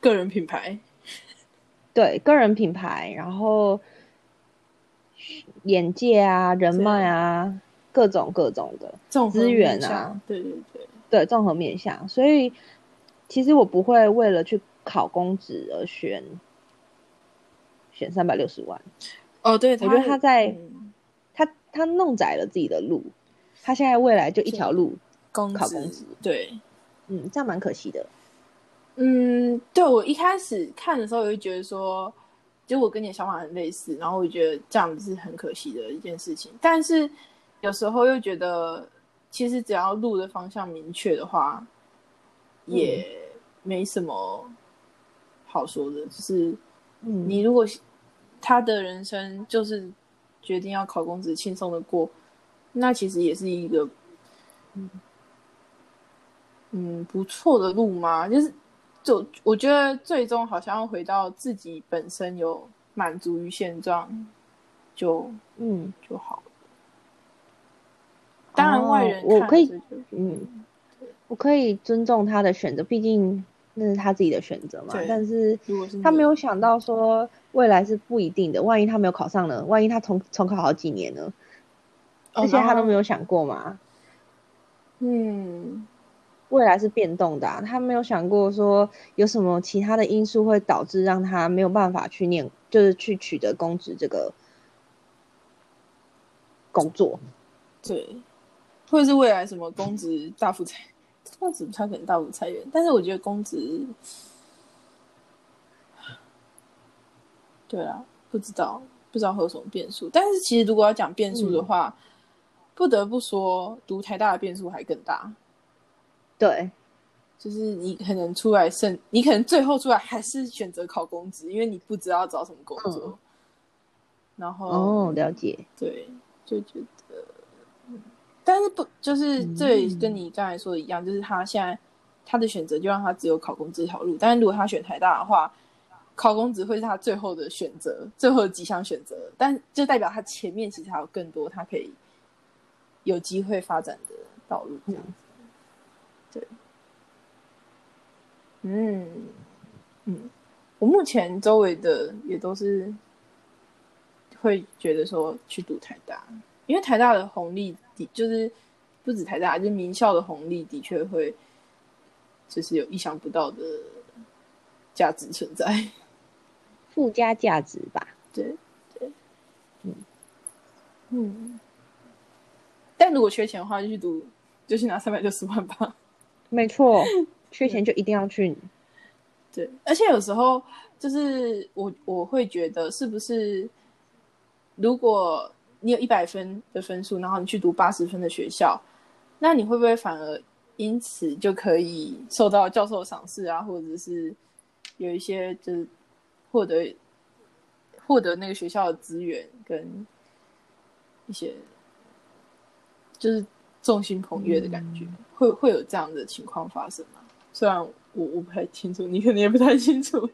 个人品牌，
对个人品牌，然后眼界啊、人脉啊，各种各种的，
综合
资源啊
面向，对对对，
对综合面向。所以其实我不会为了去考公职而选选三百六十万，
哦对，
我觉得他在
嗯
他他弄窄了自己的路，他现在未来就一条路，
公
考
职
公职
对，
嗯，这样蛮可惜的。
嗯，对我一开始看的时候，我就觉得说，就我跟你的想法很类似，然后我觉得这样子是很可惜的一件事情。但是有时候又觉得，其实只要路的方向明确的话，
嗯
也没什么好说的。就是
嗯，
你如果他的人生就是决定要考公职，轻松的过，那其实也是一个嗯不错的路吗？就是就我觉得最终好像要回到自己本身有满足于现状就
嗯
就好了。当然，外人
哦我
看
可以
着就
嗯，我可以尊重他的选择，毕竟那是他自己的选择嘛
对。
但是
如果是你哦
他没有想到说未来是不一定的，万一他没有考上呢？万一他重重考好几年呢？
哦
这些他
然后
都没有想过嘛。
嗯，
未来是变动的、啊，他没有想过说有什么其他的因素会导致让他没有办法去念，就是去取得公职这个工作。
对，或者是未来什么公职大富财，公职不太可能大富财源，但是我觉得公职，对啊，不知道不知道会有什么变数，但是其实如果要讲变数的
嗯
话，不得不说读台大的变数还更大，
对，
就是你可能出来剩，你可能最后出来还是选择考公职，因为你不知道找什么工作，
嗯
然后
哦，了解。
对，就觉得，嗯但是不就是
嗯
这也跟你刚才说的一样，就是他现在他的选择就让他只有考公这条路，但是如果他选台大的话，考公只会是他最后的选择，最后的几项选择，但就代表他前面其实还有更多他可以有机会发展的道路，这样子，对，嗯嗯，我目前周围的也都是会觉得说去读台大，因为台大的红利的，就是不止台大，就是名校的红利的确会，就是有意想不到的价值存在。
附加价值吧。
对对，嗯嗯。但如果缺钱的话，就去读，就去拿三百六十万吧。
没错， (laughs) 缺钱就一定要去。
对，而且有时候就是我我会觉得，是不是如果你有一百分的分数，然后你去读八十分的学校，那你会不会反而因此就可以受到教授的赏识啊，或者是有一些就是获得获得那个学校的资源跟一些就是众星捧月的感觉，会会有这样的情况发生吗？虽然我我不太清楚，你可能也不太清楚。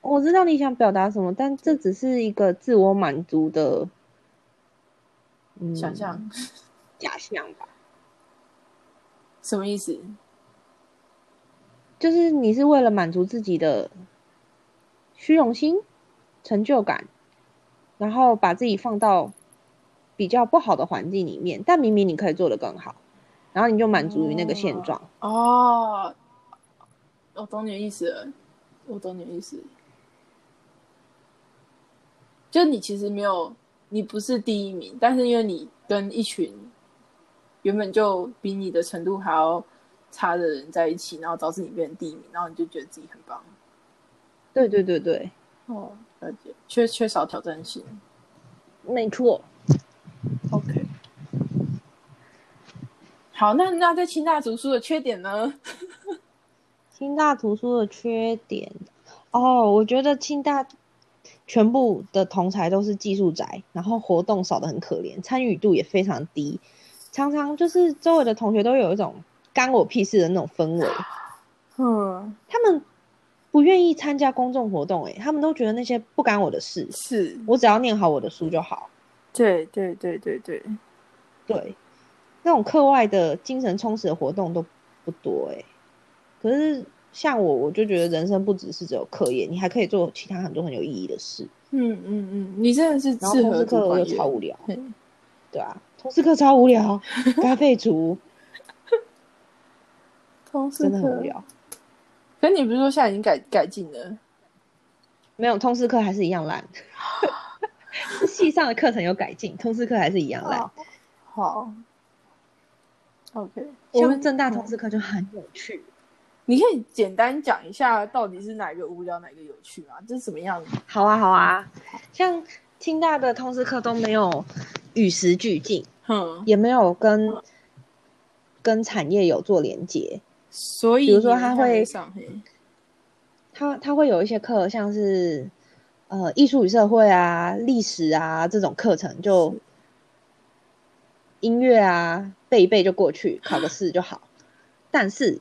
我知道你想表达什么，但这只是一个自我满足的，嗯，
想象
假象吧。
什么意思？
就是你是为了满足自己的虚荣心、成就感，然后把自己放到比较不好的环境里面，但明明你可以做得更好，然后你就满足于那个现状。
哦，我懂你的意思了，我懂你的意思。就你其实没有，你不是第一名，但是因为你跟一群原本就比你的程度还要差的人在一起，然后导致你变成第一名，然后你就觉得自己很棒。
对对对对，
哦，了解，缺缺少挑战性。
没错。
OK。好，那那在清大读书的缺点呢？
清大图书的缺点哦，我觉得清大全部的同才都是技术宅，然后活动少的很可怜，参与度也非常低，常常就是周围的同学都有一种干我屁事的那种氛围，
嗯，
他们不愿意参加公众活动、欸，诶，他们都觉得那些不干我的事，
是，
我只要念好我的书就好。
对对对对对，
对，那种课外的精神充实的活动都不多哎、可是像我，我就觉得人生不只是只有课业，你还可以做其他很多很有意义的事。
嗯嗯嗯，你真的是
然后
适
通
合
识课
主
我
管
又
员
超无聊，
嘿
对啊，通识课超无 (laughs) 聊，该废 (laughs) 除，
通识
真的很
课
无。聊。
可你不是说现在已经改改进了？
没有通识课还是一样 (laughs) 烂，是系上的课程有改进，通识课还是一样烂。
好，OK，我
像
们
正大通识课就很有趣，
你可以简单讲一下到底是哪个无聊，哪个有趣吗？这是什么样的？
(laughs) 好啊好啊，像清大的通识课都没有与时俱进，
哼，
也没有跟跟产业有做连接。
所以
比如
你
说
们
他
还没
会
上嘿，
它它会有一些课，像是呃艺术与社会啊、历史啊这种课程，就音乐啊背一背就过去，考个试就好。但是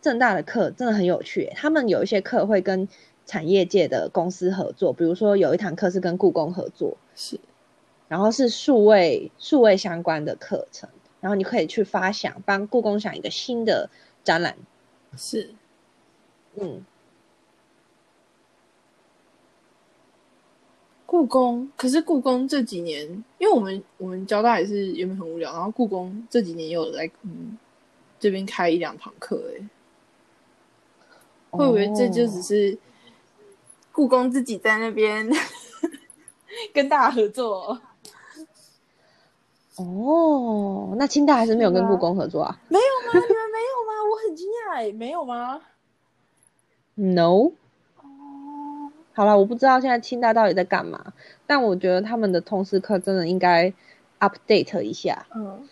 正大的课真的很有趣耶，欸他们有一些课会跟产业界的公司合作，比如说有一堂课是跟故宫合作，
是
然后是数位数位相关的课程，然后你可以去发想，帮故宫想一个新的展览。
是，
嗯，
故宫，可是故宫这几年，因为我们我们交大也是原本很无聊，然后故宫这几年也有来嗯这边开一两堂课，哎，会不会这就只
哦
是故宫自己在那边 (laughs) 跟大家合作、
哦，那清大还是没有跟故宫合作啊
没有吗？你们没有吗？我很惊讶哎，没有吗？
？No，
哦，
好了，我不知道现在清大到底在干嘛，但我觉得他们的通识课真的应该 update 一下。
嗯，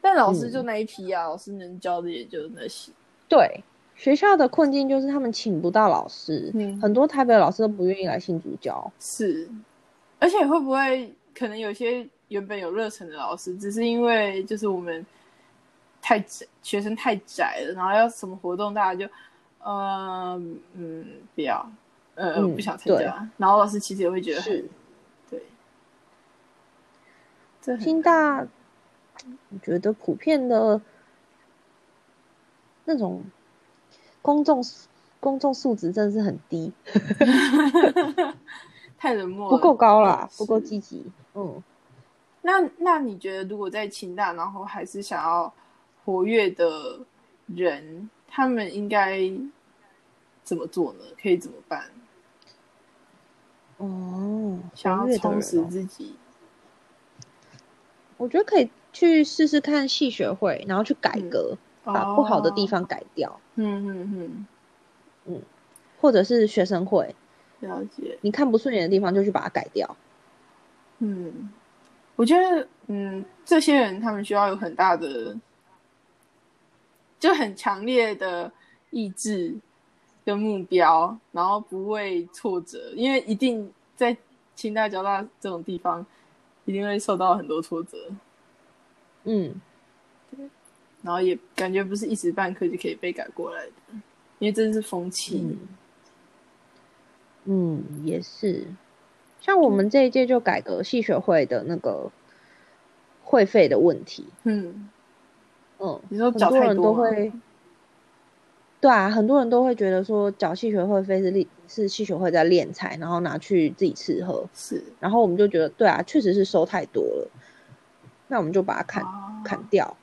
但老师就那一批啊，老师能教的也就那些。
对，学校的困境就是他们请不到老师，
嗯
很多台北的老师都不愿意来新竹教。
是，而且会不会可能有些原本有热忱的老师，只是因为就是我们太窄，学生太窄了，然后要什么活动大家就，呃嗯，不要，呃，
嗯
我不想参
对
加。然后老师其实也会觉得很
是
对，这很
清大，我觉得普遍的那种公众公众素质真的是很低，
太冷漠了，
不够高啦，不够
是
积极。嗯。
那那你觉得，如果在清大，然后还是想要活跃的人，他们应该怎么做呢？可以怎么办？
哦，
想
活
要
跃的
充
人
实
哦，
自己，
我觉得可以去试试看系学会，然后去改
嗯
革，把不好的地方改掉，
嗯，嗯
或者是学生会，
嗯，了解。
你看不顺眼的地方就去把它改掉。
嗯，我觉得，嗯，这些人他们需要有很大的，就很强烈的意志跟目标，然后不畏挫折，因为一定在清大、交大这种地方，一定会受到很多挫折，
嗯，
然后也感觉不是一时半刻就可以被改过来的，因为这是风气。
嗯，也是。像我们这一届就改革系学会的那个会费的问题，
嗯，
嗯，
你说
很
脚
多啊
太啊
人都
多吗
会，对啊，很多人都会觉得说缴系学会费是练是系学会在敛财，然后拿去自己吃喝，
是
然后我们就觉得对啊，确实是收太多了，那我们就把它砍、
哦
砍掉，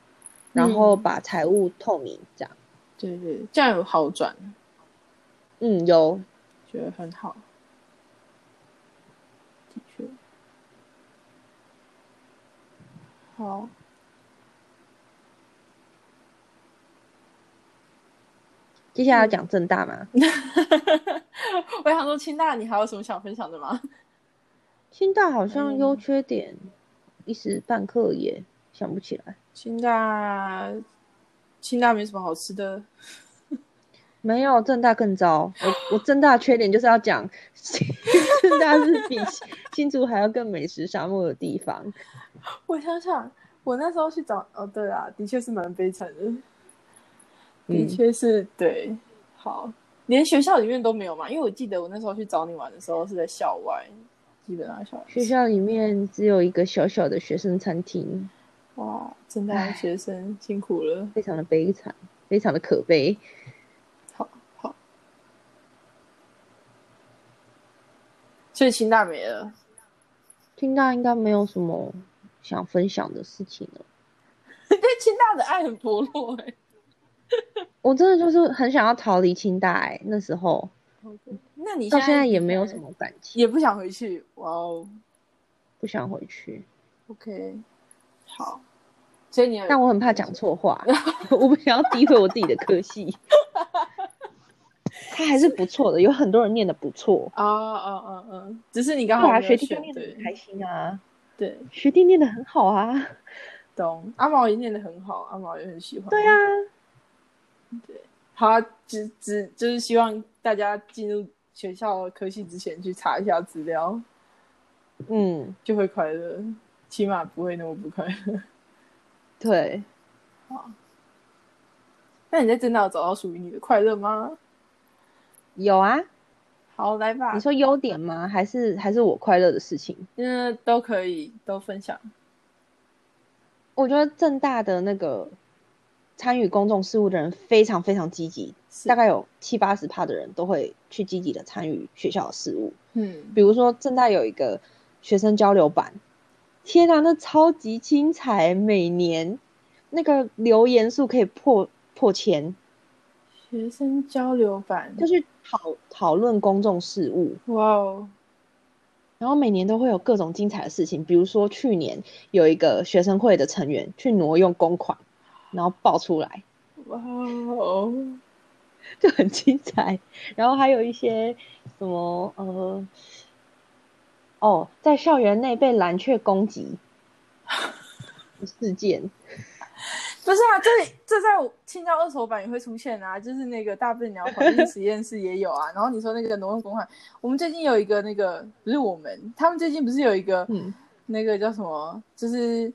然后把财务透明这样。
对对，这样有好转，
嗯，有
觉得很好。的确，好，
接下来要讲正大吗？
我想说，清大你还有什么想分享的吗？
清大好像
嗯
优缺点，一时半刻也想不起来。
清大，清大没什么好吃的，
没有，正大更糟。我我正大缺点就是要讲，正大是比新竹还要更美食沙漠的地方。
我想想，我那时候去找，哦，对啊，的确是蛮悲惨的，的
嗯
确是、对。好，连学校里面都没有嘛，因为我记得我那时候去找你玩的时候是在校外，基本上校外
学校里面只有一个小小的学生餐厅，
哇，真的啊学生辛苦了。
非常的悲惨，非常的可悲。
好好，所以清大没了，
听到应该没有什么想分享的事情了。
(laughs) 对清大的爱很薄弱哎、
我真的就是很想要逃离清大、欸，那时候
那你
到
现
现在也没有什
离
么感情，
开，也不想回去。哇哦
不想回去。
，OK，好，所以你有
但我很怕讲错
(laughs)
话，我不想要诋毁我自己的科系。它还是不错的，有很多人念的不错。
啊啊啊啊！只是你刚
对
好
啊，
没有
学弟都
选
念的
对
很开心啊，
对，
学弟念的很好啊。
懂。阿毛也念的很好，阿毛也很喜欢。
对啊，
好啊，只只就是希望大家进入学校科系之前去查一下资料，
嗯，
就会快乐，起码不会那么不快乐。
对，
那你在真的有找到属于你的快乐吗？
有啊。
好，来吧
你，说优点吗？还是还是我快乐的事情？
嗯，都可以，都分享。
我觉得正大的那个参与公众事务的人非常非常积极，
是
大概有七八十趴的人都会去积极的参与学校的事务。
嗯，
比如说正大有一个学生交流版，天啊，那超级精彩，每年那个留言数可以破破千，
学生交流版，
就是讨讨论公众事务，
哇哦，
然后每年都会有各种精彩的事情，比如说去年有一个学生会的成员去挪用公款，然后爆出来，
哇哦，
就很精彩。然后还有一些什么呃，哦，在校园内被蓝雀攻击事件，
不是啊，这这在青椒二手版也会出现啊，就是那个大笨鸟环境实验室也有
(laughs)
啊。然后你说那个挪用公款，我们最近有一个那个不是我们，他们最近不是有一个、
嗯，
那个叫什么，就是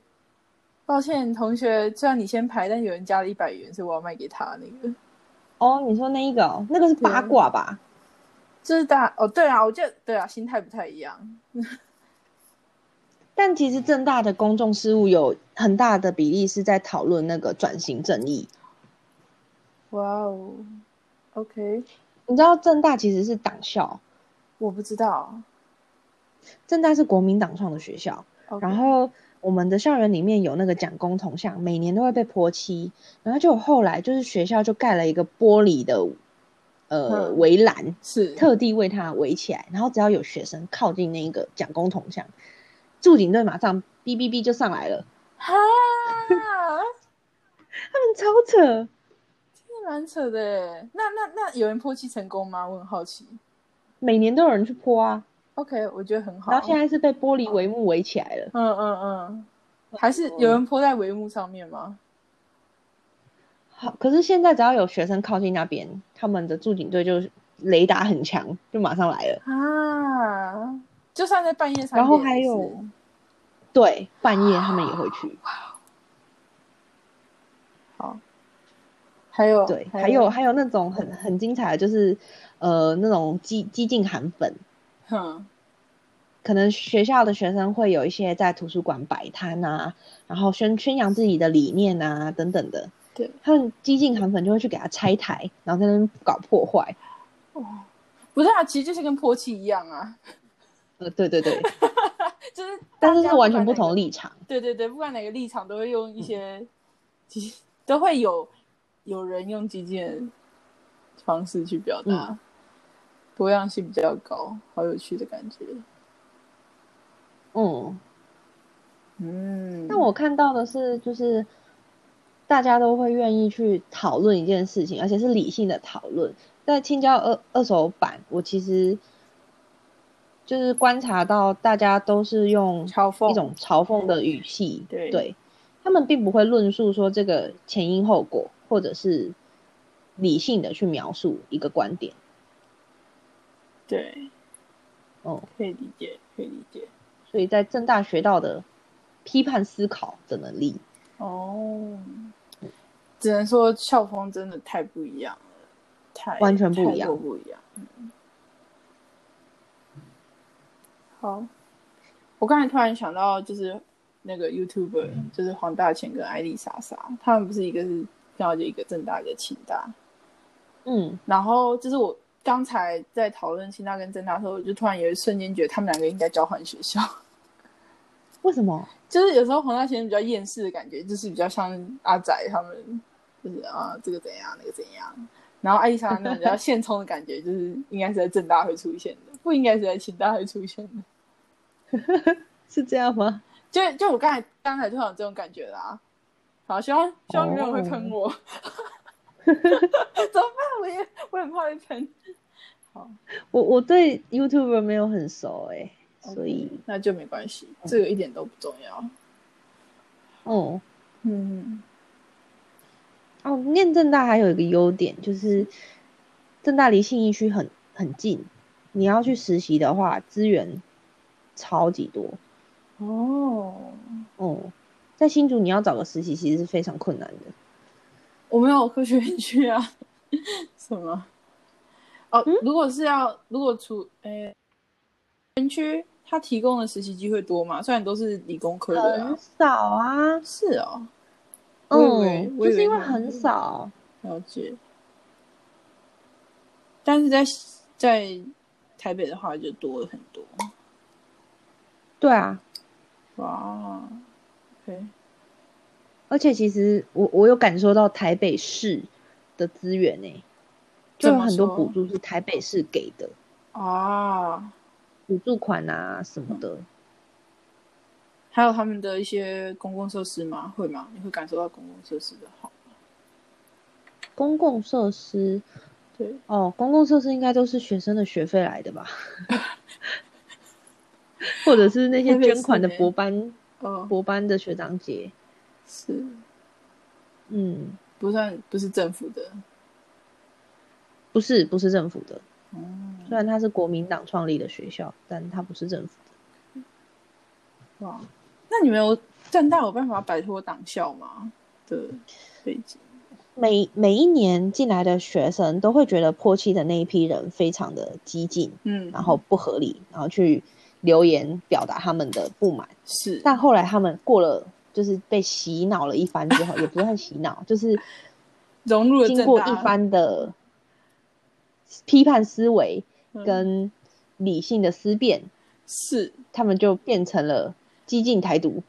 抱歉同学，虽然你先排，但有人加了一百元，所以我要卖给他那个。
哦，你说那一个、哦，那个是八
对
卦吧？
就是大哦，对啊，我觉得对啊，心态不太一样。
但其实正大的公众事务有很大的比例是在讨论那个转型正义。
哇哦，OK，
你知道正大其实是党校，
我不知道。
正大是国民党创的学校，
OK
然后我们的校园里面有那个蒋公铜像，每年都会被泼漆，然后就后来就是学校就盖了一个玻璃的呃
嗯
围栏，
是
特地为它围起来，然后只要有学生靠近那个蒋公铜像，驻警队马上哔哔哔就上来了，
哈，
他们超扯。
这蛮扯的耶。那那那有人泼漆成功吗？我很好奇。
每年都有人去泼啊，
OK，我觉得很好。
然后现在是被玻璃帷幕围起来了。
嗯嗯嗯，还是有人泼在帷幕上面吗？
好，可是现在只要有学生靠近那边，他们的驻警队就是雷达很强，就马上来了。
啊，就算在半夜三点，
然后还有
是
对，半夜他们也会去。
哦还有
对，还有还有那种很很精彩的，就是呃那种激激进韩粉，
哼
可能学校的学生会有一些在图书馆摆摊啊，然后宣宣扬自己的理念啊等等的。
对，
他们激进韩粉就会去给他拆台，然后在那边搞破坏。
不是啊，其实就是跟泼气一样啊， (laughs)
呃，对对对，
就是大
但是
家
是完全
管
不
哪个
同立场。
对对对，不管哪个立场都会用一些，其实都会有有人用激进的方式去表达，
嗯
多样性比较高，好有趣的感觉。
嗯，
嗯，
但我看到的是，就是大家都会愿意去讨论一件事情，而且是理性的讨论。在青椒二二手版，我其实就是观察到大家都是用
嘲讽
一种嘲讽的语气，
对
他们并不会论述说这个前因后果，或者是理性的去描述一个观点。
对，
哦、
可以理解，可以理解。
所以在正大学到的批判思考的能力，
哦，只能说校风真的太不一样了，太
完全不一
太
样
过不一样。嗯好，我刚才突然想到，就是那个 YouTuber，就是黄大千跟艾丽莎莎，他们不是一个是漂姐，一个正大，一个清大。
嗯，
然后就是我刚才在讨论清大跟正大的时候，我就突然有一瞬间觉得他们两个应该交换学校。
为什么？
就是有时候黄大仙比较厌世的感觉，就是比较像阿仔他们，就是啊这个怎样那个怎样，然后艾丽莎那种比较现充的感觉，就是应该是在正大会出现的，不应该是在清大会出现的。
是这样吗？
就就我刚才刚才就有这种感觉啦。好，希望希望没有人会喷我， (laughs) 怎么办？我也我很怕被喷。
我我对 YouTuber 没有很熟哎、所以
OK，那就没关系，这个一点都不重要。
哦
嗯，
哦，念正大还有一个优点就是，正大离信义区很很近，你要去实习的话，资源超级多
哦，
哦。在新竹你要找个实习其实是非常困难的，
我没有科学园区啊， (laughs) 什么？哦，
嗯
如果是要如果除诶、园区，它提供的实习机会多嘛？虽然都是理工科的
很
啊，
少啊，
是哦，我以为
嗯，
我以
就是因为
他们
很少，
了解。但是在在台北的话就多了很多，
对啊，
哇，OK，
而且其实我我有感受到台北市的资源呢、就有很
怎
多
么说
补助是台北市给的，
啊，
补助款啊什么的。
还有他们的一些公共设施吗？会吗？你会感受到公共设施的好？
公共设施
对，
哦，公共设施应该都是学生的学费来的 (laughs) 吧？或者是那些捐款的博班 (laughs)
哦，
博班的学长姐，
是。
嗯，
不算不是政府的，
不是不是政府的，
嗯，
虽然它是国民党创立的学校，但它不是政府的。
哇，那你们有正大有办法摆脱党校吗的背景？
每每一年进来的学生都会觉得泼漆的那一批人非常的激进，
嗯，
然后不合理，然后去留言表达他们的不满。
是
但后来他们过了，就是被洗脑了一番之后，也不算洗
(laughs)
脑，就是
融入了
经
正
过
大
一番的批判思维
嗯
跟理性的思辨，
是
他们就变成了激进
(laughs)
台独，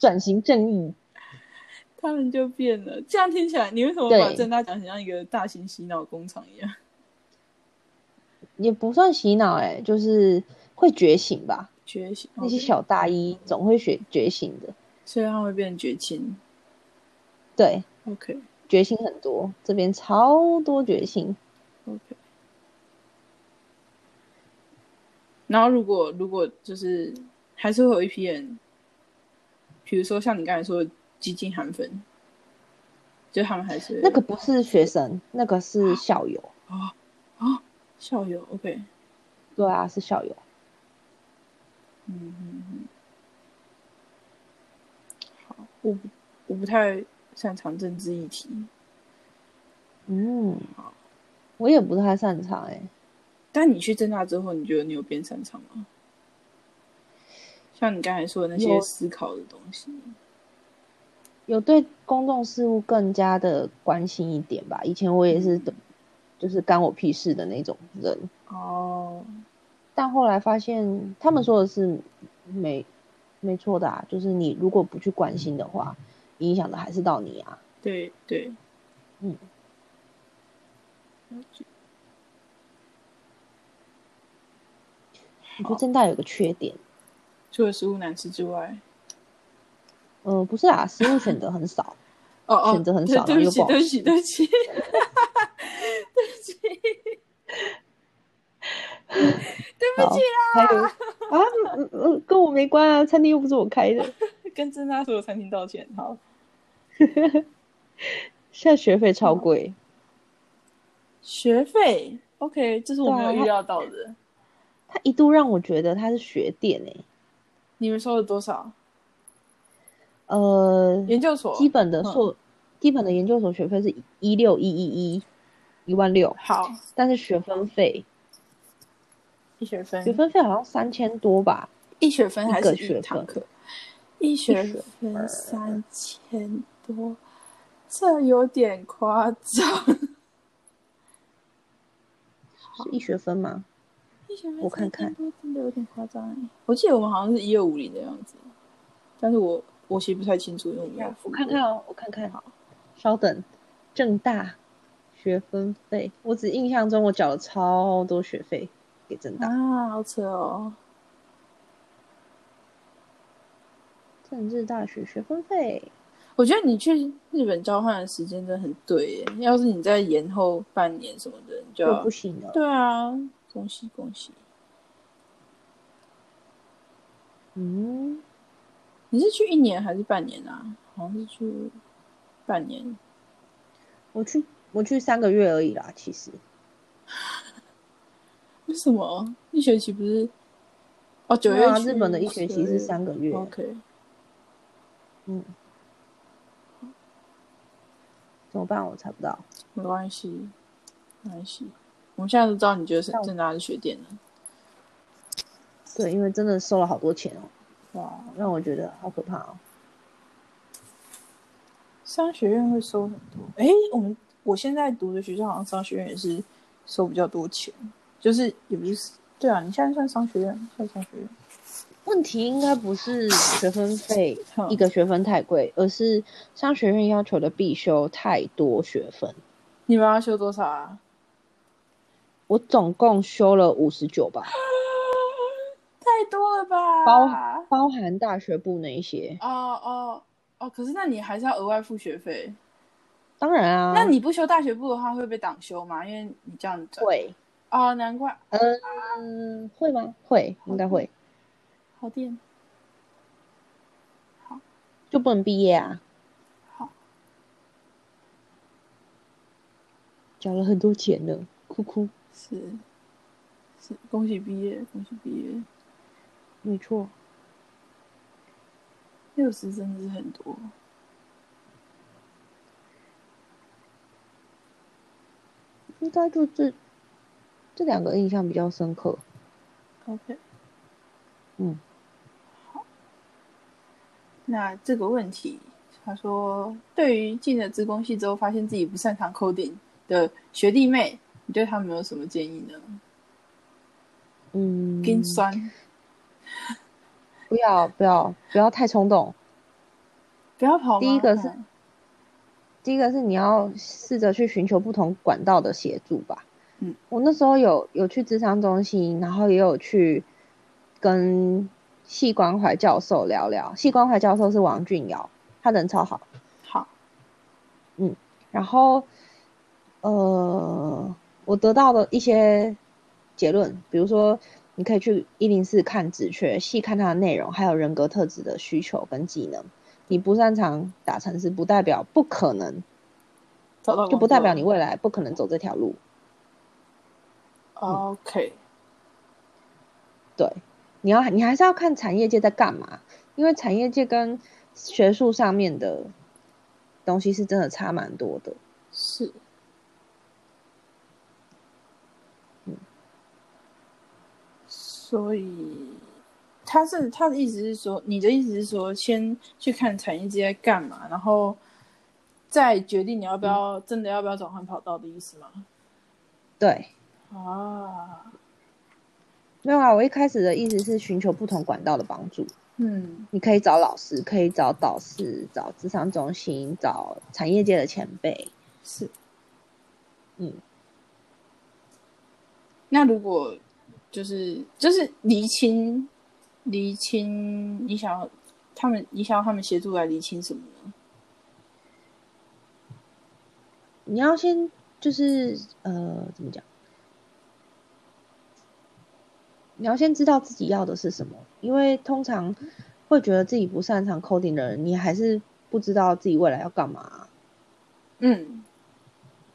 转型正义。
他们就变了。这样听起来，你为什么把
对
正大讲成像一个大型洗脑工厂一样？
也不算洗脑，哎，就是会觉醒吧。
觉醒
那些
OK，
小大一总会学觉醒的，
所以他们会变绝情。
对，
OK
觉醒很多，这边超多觉醒。
OK。然后如果如果就是还是会有一批人，比如说像你刚才说的激进韩粉，就他们还是
那个不是学生，那个是校友。
校友，OK，
对啊，是校友。
嗯嗯嗯，好，我不我不太擅长政治议题，
嗯，我也不太擅长哎、
但你去正大之后，你觉得你有变擅长吗？像你刚才说的那些
有
思考的东西，
有对公众事务更加的关心一点吧。以前我也是，就是干我屁事的那种人，
哦，
但后来发现他们说的是没没错的啊，就是你如果不去关心的话，影响的还是到你啊。
对对，
嗯，
了解
我觉得正大有个缺点，
除了食物难吃之外，
呃，不是啊，食物选择很少，
哦哦，
选择很
对
少
对
然
不
后又
起，
不好
对不起，对不起，对不起，对不
好
起，
还有啊，嗯嗯，跟我没关啊，餐厅又不是我开的，
跟正大所有餐厅道歉。好，
现在学费超贵，
学费，OK，这是我没有
对啊
预料到的。
他一度让我觉得他是学店欸诶、
你们收了多少？
呃，
研究所
基本的
嗯
硕，基本的研究所学费是一六一一一，一万六，
好，
但是学分费，
一学
学
分，
分费好像三千多吧，
一学分还是
一个学分
一堂课？一学
一学
分三千多，这有点夸张。
是一学分吗？
一学分
我看
3000
看
多，真的有点夸张哎。我记得我们好像是一二五零的样子，但是我我其实不太清楚，因为我没有付
我
过
看看哦，我看看，好，稍等，正大学分费，我只印象中我缴了超多学费给正大，
啊，好扯哦。
政治大学学分费，
我觉得你去日本交换的时间真的很对耶，要是你再延后半年什么的，你就
我
要
不行了，
对啊，恭喜恭喜！
嗯，
你是去一年还是半年啊？好像是去半年，
我去我去三个月而已啦，其实
为什么一学期不是？哦，九
对
月
啊，
去
日本的一学期是三个
九
月
月。，OK，
嗯，怎么办？我猜
(laughs)
不到。
没关系，没关系。我们现在都知道你觉得是
那我
正大是学电了，
对，因为真的收了好多钱哦，
哇！
让我觉得好可怕哦。
商学院会收很多。诶，我们我现在读的学校好像商学院也是收比较多钱，就是也不是对啊，你现在算商学院，算商学院。
问题应该不是学分费
(laughs) 哼
一个学分太贵，而是商学院要求的必修太多学分。
你们要修多少啊？
我总共修了五十九吧，
太多了吧？
包含包含大学部那一些。
哦哦哦，可是那你还是要额外付学费。
当然啊，
那你不修大学部的话，会被挡修吗？因为你这样子
会
哦，难怪
嗯会吗？会，应该会，
好电
就不能毕业啊。
好，
缴了很多钱呢，哭哭。
是是，恭喜毕业，恭喜毕业，
没错，
六十真的是很多。
应该就这这两个印象比较深刻。
OK，
嗯，
那这个问题，他说，对于进了职工系之后发现自己不擅长 coding 的学弟妹，你对他们有什么建议呢？
嗯，
跟酸，
不要不要不要太冲动。
不要跑吗。
第一个是
嗯
第一个是你要试着去寻求不同管道的协助吧。
嗯，
我那时候有有去智商中心，然后也有去跟系关怀教授聊聊。系关怀教授是王俊尧，他人超好。
好，
然后，呃，我得到的一些结论，比如说，你可以去一零四看职缺，细看它的内容，还有人格特质的需求跟技能。你不擅长打程式，不代表不可能，
找到工
就
作
不代表你未来不可能走这条路。
OK，
对，你要你还是要看产业界在干嘛，因为产业界跟学术上面的东西是真的差蛮多的。
是嗯所以他是他的意思是说，你的意思是说，先去看产业界在干嘛，然后再决定你要不要、真的要不要转换跑道的意思吗？
对，
啊，
没有啊，我一开始的意思是寻求不同管道的帮助，
嗯
你可以找老师，可以找导师，找职场中心，找产业界的前辈。
是，
嗯。
那如果就是就是厘清厘清，你想要他们，你想要他们协助来厘清什么呢？
你要先就是呃，怎么讲？你要先知道自己要的是什么，因为通常会觉得自己不擅长 coding 的人，你还是不知道自己未来要干嘛啊、
嗯，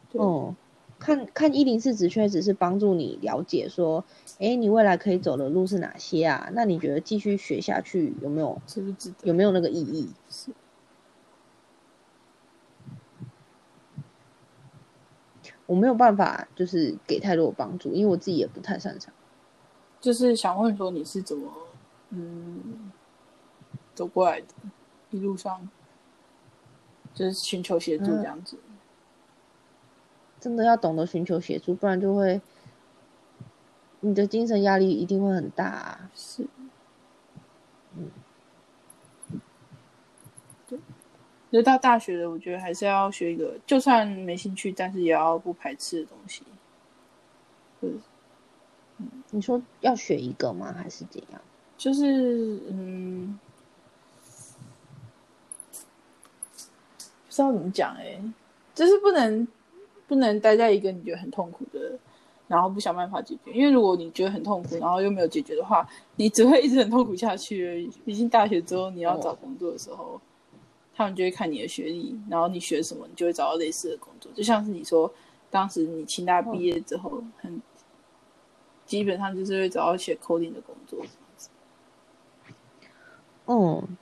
对
哦，看看一零四职缺只是帮助你了解说，哎，你未来可以走的路是哪些啊？那你觉得继续学下去有没有
是不是值得？
有没有那个意义？
是
我没有办法就是给太多的帮助，因为我自己也不太擅长。
就是想问说你是怎么嗯走过来的，一路上就是寻求协助这样子。
真的要懂得寻求协助，不然就会你的精神压力一定会很大、啊。
是，对，就到大学了，我觉得还是要学一个，就算没兴趣，但是也要不排斥的东西。对，
你说要选一个吗？还是怎样？
就是嗯，不知道怎么讲哎、就是不能不能待在一个你觉得很痛苦的。然后不想办法解决，因为如果你觉得很痛苦，然后又没有解决的话，你只会一直很痛苦下去而已。毕竟大学之后你要找工作的时候，他们就会看你的学历，然后你学什么，你就会找到类似的工作。就像是你说，当时你清大毕业之后，很基本上就是会找到写 coding 的工作。
嗯，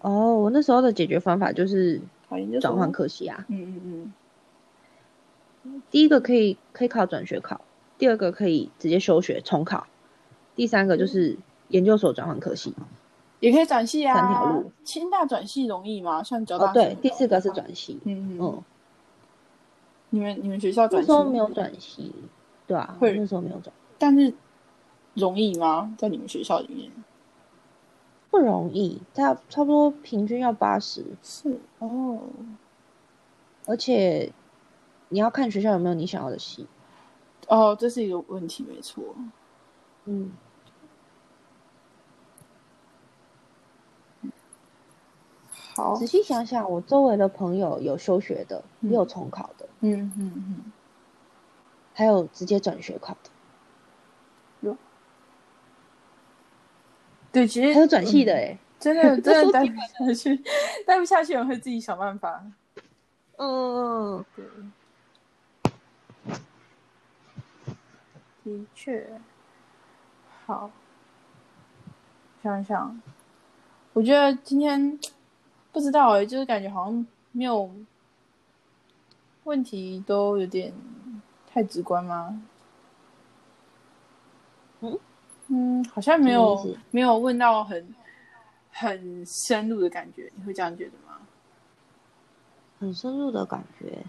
哦，我那时候的解决方法就是
考研究
转换科系啊。
嗯嗯
第一个可以可以考转学考，第二个可以直接休学重考，第三个就是研究所转换科系。
嗯，也可以转系啊。
三条路，
清大转系容易吗？像交大、
哦，对，第四个是。转系。
嗯嗯嗯，
嗯，
你们你们学校
那
转系
时候没有，转系，对啊，
会
那时候没有转，
但是容易吗？在你们学校里面
不容易，差差不多平均要八十，
是哦，
而且你要看学校有没有你想要的系。
哦，这是一个问题，没错。
嗯，
好
仔细想想，我周围的朋友有休学的，
嗯
也有重考的，
嗯嗯
还有直接转学考的，
嗯，对，其实
还有转系的哎、
真的 (laughs) 真的
都
待不下去，待不下去，我会自己想办法。
嗯，嗯
对，的确，好，想一想，我觉得今天不知道哎、就是感觉好像没有问题，都有点太直观吗？
嗯
嗯，好像没
什么意
有
思
没有问到很很深入的感觉，你会这样觉得吗？
很深入的感觉，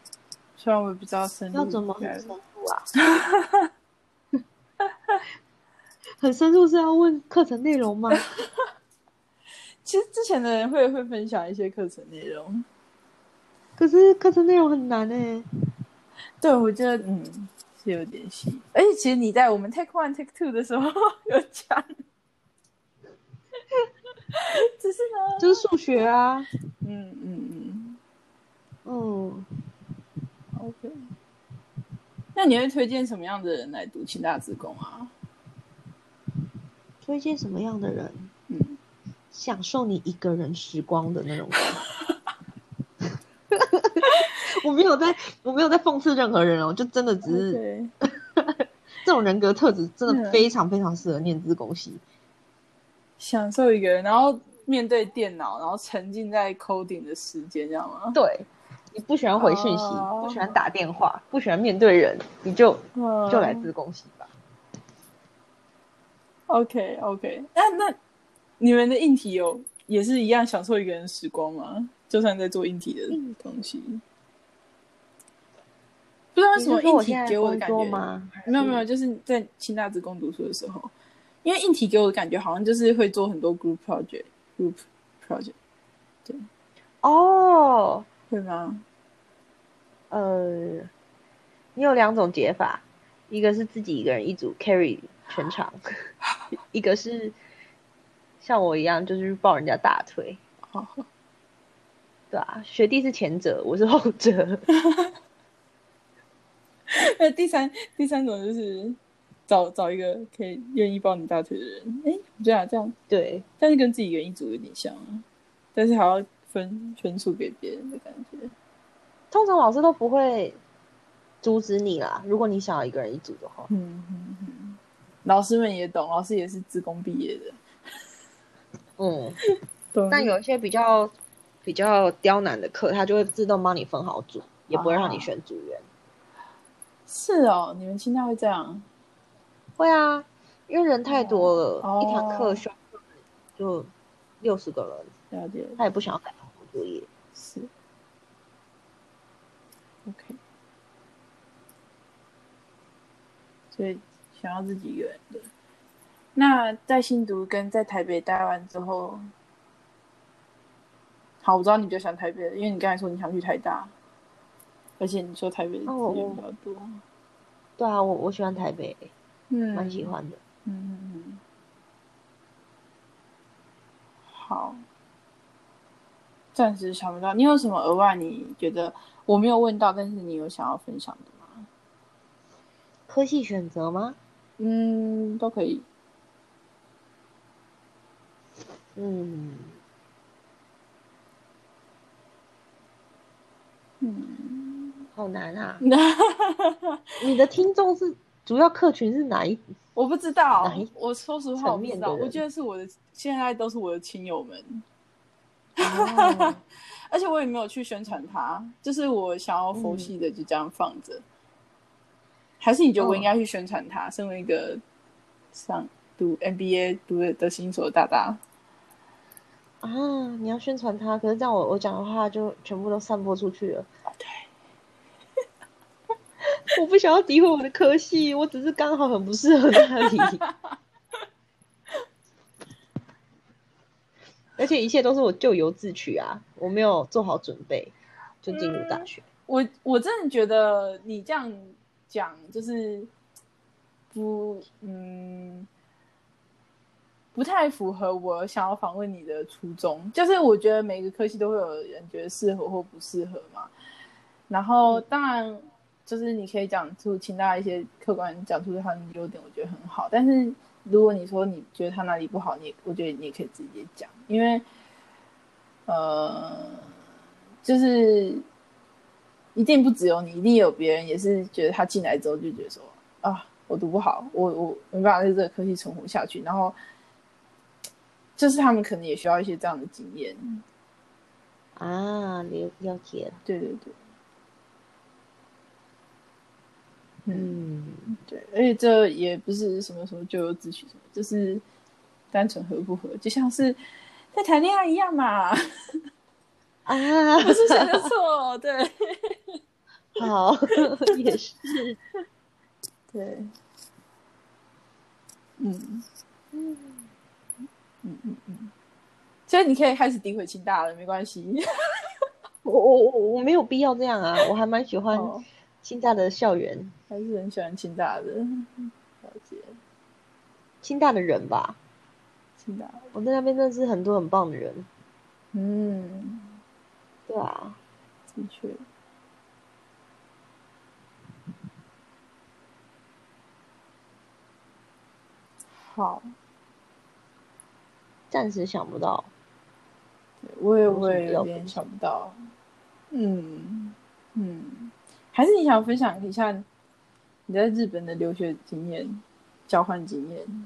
虽然我也不知道深入
要怎么
应
很
该
深入啊？ (laughs) 很深入是要问课程内容 (laughs) 吗？
其实之前的人会会分享一些课程内容，
可是课程内容很难哎、
对我觉得嗯是有点细，而且其实你在我们 Take One Take Two 的时候 (laughs) 有讲，只是呢，
就是数学啊。
嗯嗯嗯
嗯，
，OK。那你会推荐什么样的人来读清大职工啊？
推荐什么样的人？
嗯，
享受你一个人时光的那种人。 (laughs) 我没有在，我没有在讽刺任何人哦，就真的只是
对，
这种人格特质，真的
嗯
非常非常适合念资工系。
享受一个人，然后面对电脑，然后沉浸在 coding 的时间，这样吗？
对，你不喜欢回讯息，
哦
不喜欢打电话，不喜欢面对人，你就
嗯
就来自贡系吧。
OK OK，那哎那你们的硬体有也是一样享受一个人时光吗？就算在做硬体的东西，不知道为
你
什
是
么
说
硬
我
体
现在
给我的
工
感
作
觉，
吗？
没有没有，
还是，
就是在清大职工读书的时候，因为硬体给我的感觉好像就是会做很多 group project group project，
哦，
会吗？ (laughs)
呃，你有两种解法，一个是自己一个人一组 carry
(laughs)
全场，一个是像我一样就是抱人家大腿，
哦，
(laughs) 对啊，学弟是前者，我是后者。
那第三第三种就是找找一个可以愿意抱你大腿的人，哎，对啊，这样
对，
但是跟自己一个人一组有点像啊，但是还要分分数给别人的感觉。
通常老师都不会阻止你啦，如果你想要一个人一组的话。
嗯嗯嗯，老师们也懂，老师也是自工毕业的，
嗯，
懂
但有一些比较比较刁难的课，它就会自动帮你分好组，也不会
哦
让你选组员。
是哦，你们清大会这样？
会啊，因为人太多了，
哦
一堂课修就六十个人，
了解，
他也不想要改重复作业。
是。OK，所以想要自己一个人的。那在新竹跟在台北待完之后，好，我知道你比较想台北了，因为你刚才说你想去台大，而且你说台北的
哦
资源比较多，
对啊，我我喜欢台北，
嗯
蛮喜欢的。
嗯，好，暂时想不到。你有什么额外你觉得我没有问到，但是你有想要分享的吗？
科系选择吗？
嗯，都可以。
嗯，
嗯，
好难啊！你的听众是主要客群是哪一？
(laughs) 我不知道
哪一，
我说实话我
层
不知
面
道，
的人
我觉得是我的现在都是我的亲友们， (laughs)
哦
而且我也没有去宣传它，就是我想要佛系的就这样放着。还是你觉得我应该去宣传
嗯
它？身为一个上读 MBA 读的的新手大大。
啊，你要宣传他，可是这样我我讲的话就全部都散播出去了。
哦对，
我不想要诋毁我的科系，我只是刚好很不适合那里。而且一切都是我咎由自取啊，我没有做好准备就进入大学。
我我真的觉得你这样讲就是不嗯不太符合我想要访问你的初衷。就是我觉得每个科系都会有人觉得适合或不适合嘛。然后当然就是你可以讲出清大一些客观讲出他的优点，我觉得很好。但是如果你说你觉得他哪里不好，你也我觉得你也可以直接讲，因为呃就是。一定不只有你，一定有别人也是觉得他进来之后就觉得说啊，我读不好，我我没办法在这个科系存活下去。然后就是他们可能也需要一些这样的经验。嗯
啊，了了解了。
对对对，嗯，
嗯，
对，而且这也不是什么什么咎由自取什么，就是单纯合不合，就像是在谈恋爱一样嘛， (laughs)
啊，
不是谁的错，对
好，也是。 (laughs)
对，嗯。
嗯
嗯嗯嗯，所以你可以开始诋毁清大了，没关系。
我我我我没有必要这样啊，我还蛮喜
(laughs)
欢
哦
清大的校园，
还是很喜欢清大的，了解
清大的人吧。
清大。
我在那边认识很多很棒的人，
嗯，
对啊，
的确。好，
暂时想不到。
对我也
有什么
我也
要
有
分
点
享
想不到。嗯嗯，还是你想分享一下你在日本的留学经验、交换经验？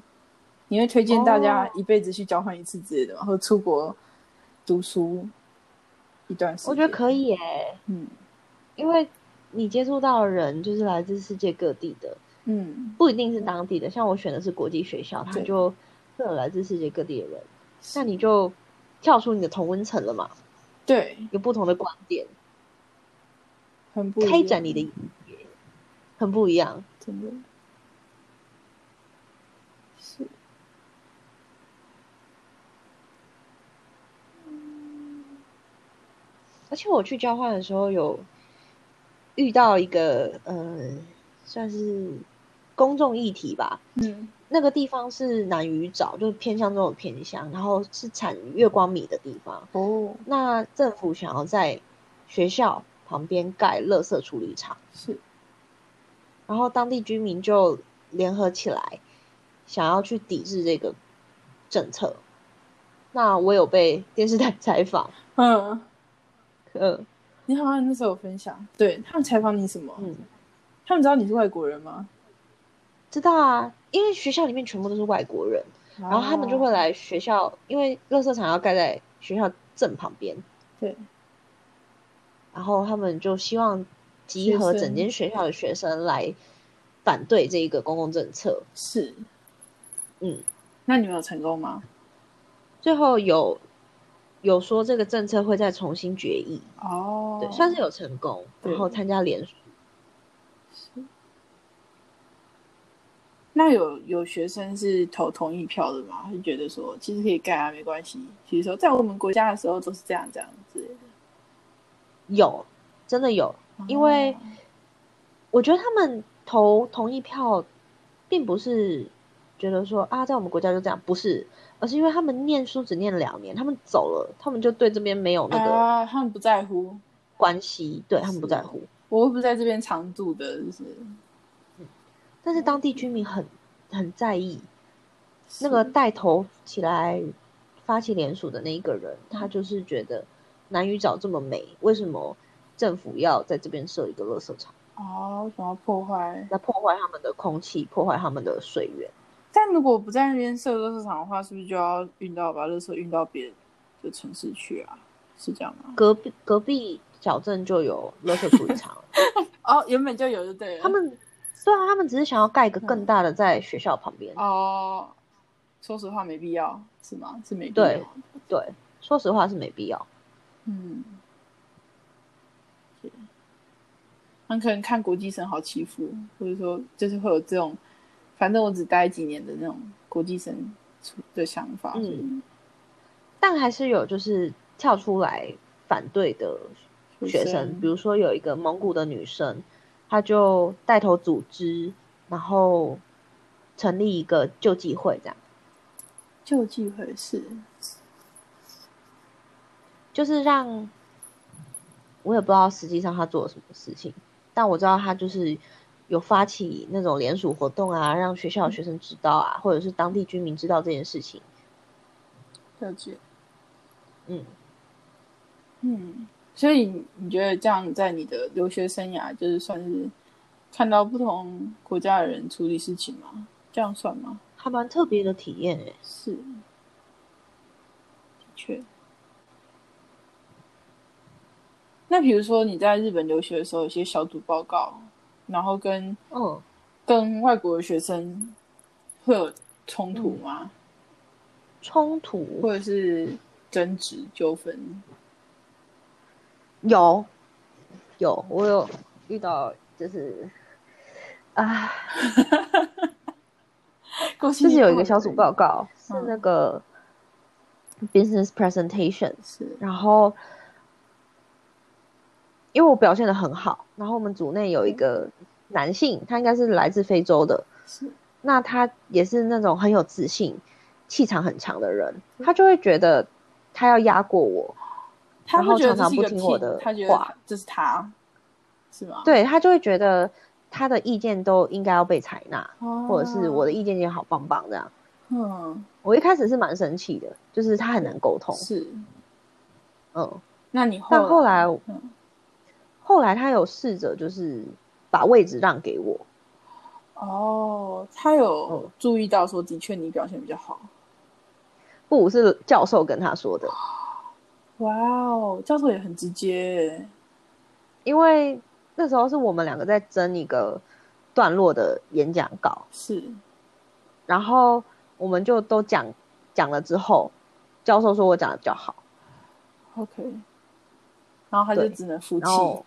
你会推荐大家
哦
一辈子去交换一次之类的吗？或者出国读书一段时间？
我觉得可
以。
以耶、
嗯
因为你接触到的人就是来自世界各地的，
嗯，
不一定是当地的，像我选的是国际学校，它
对
就会有来自世界各地的人，那你就跳出你的同温层了嘛，
对，
有不同的观点，
很不一样
开展你的眼界，很不一样。
真的是
而且我去交换的时候有遇到一个，呃，算是公众议题吧。
嗯
那个地方是南屿沼，就是偏向这种偏乡，然后是产月光米的地方。
哦
那政府想要在学校旁边盖垃圾处理厂，
是
然后当地居民就联合起来，想要去抵制这个政策。那我有被 (laughs) 电视台采访，
嗯，
嗯
你好像那时候有分享，对他们采访你什么？
嗯，
他们知道你是外国人吗？
知道啊，因为学校里面全部都是外国人，
然
然后他
哦
们就会来学校，因为垃圾场要盖在学校正旁边，
对，
然后他们就希望集合
学生
整间学校的学生来反对这个公共政策。
是，
嗯，
那你们有成功吗？
最后有有说这个政策会再重新决议，
哦，
对，算是有成功，
对
然后参加联署。
那有有学生是投同意票的吗？就觉得说其实可以盖啊，没关系。其实说在我们国家的时候都是这样这样之类的，
有，真的有。因为
哦
我觉得他们投同意票，并不是觉得说啊，在我们国家就这样，不是，而是因为他们念书只念两年，他们走了，他们就对这边没有那个
啊，他们不在乎，
关系，对他们不
是
在乎。
我又不是在这边常住的，就是
但是当地居民很很在意，那个带头起来发起联署的那一个人，他就是觉得南屿沼这么美，为什么政府要在这边设一个垃圾场，
哦，为什么要破坏？
来破坏他们的空气，破坏他们的水源？
但如果不在那边设垃圾场的话，是不是就要运到把垃圾运到别的城市去啊？是这样吗？
隔壁隔壁小镇就有垃圾处理厂了，
哦，原本就有就对了。
他们对啊，他们只是想要盖一个更大的在学校旁边。
哦，说实话没必要是吗？是没必要。
对对，说实话是没必要。
嗯，是很可能看国际生好欺负，或者说就是会有这种，反正我只待几年的那种国际生的想法。
嗯
所以
但还是有就是跳出来反对的学生，比如说有一个蒙古的女生，她就带头组织，然后成立一个救济会，这样
救济会是
就是让我也不知道实际上她做了什么事情，但我知道她就是有发起那种联署活动啊，让学校的学生知道啊，或者是当地居民知道这件事情，
了解，
嗯。
嗯，所以你觉得这样在你的留学生涯就是算是看到不同国家的人处理事情吗？这样算吗？
还蛮特别的体验诶、欸
是，的确。那比如说你在日本留学的时候，有些小组报告，然后跟
嗯，
跟外国的学生会有冲突
嗯
吗？
冲突
或者是争执纠纷？
有，有，我有遇到，就是啊，就是有一个小组报告是
嗯
那个 business presentation，
是
然后因为我表现的很好，然后我们组内有一个男性，他应该是来自非洲的，
是
那他也是那种很有自信、气场很强的人，他就会觉得他要压过我，
他
然
会
后
觉得
常
这是
常
一
不
个
听我
team，
的
他觉得
话
他这是他，是吗？，
对他就会觉得他的意见都应该要被采纳。或者是我的
的，
意见也好棒棒这样。
哦嗯，
我一开始是蛮生气的，就是他很难沟通，
是。
嗯，
那你后
但哦后来
嗯
后来他有试着就是把位置让给我，
哦，他有
嗯
注意到说，的确你表现比较好。
不是教授跟他说的，
哇哦，教授也很直接耶，
因为那时候是我们两个在争一个段落的演讲稿，
是
然后我们就都讲讲了之后，教授说我讲的比较好，
OK，然后他就
对
只能服
然
气
后。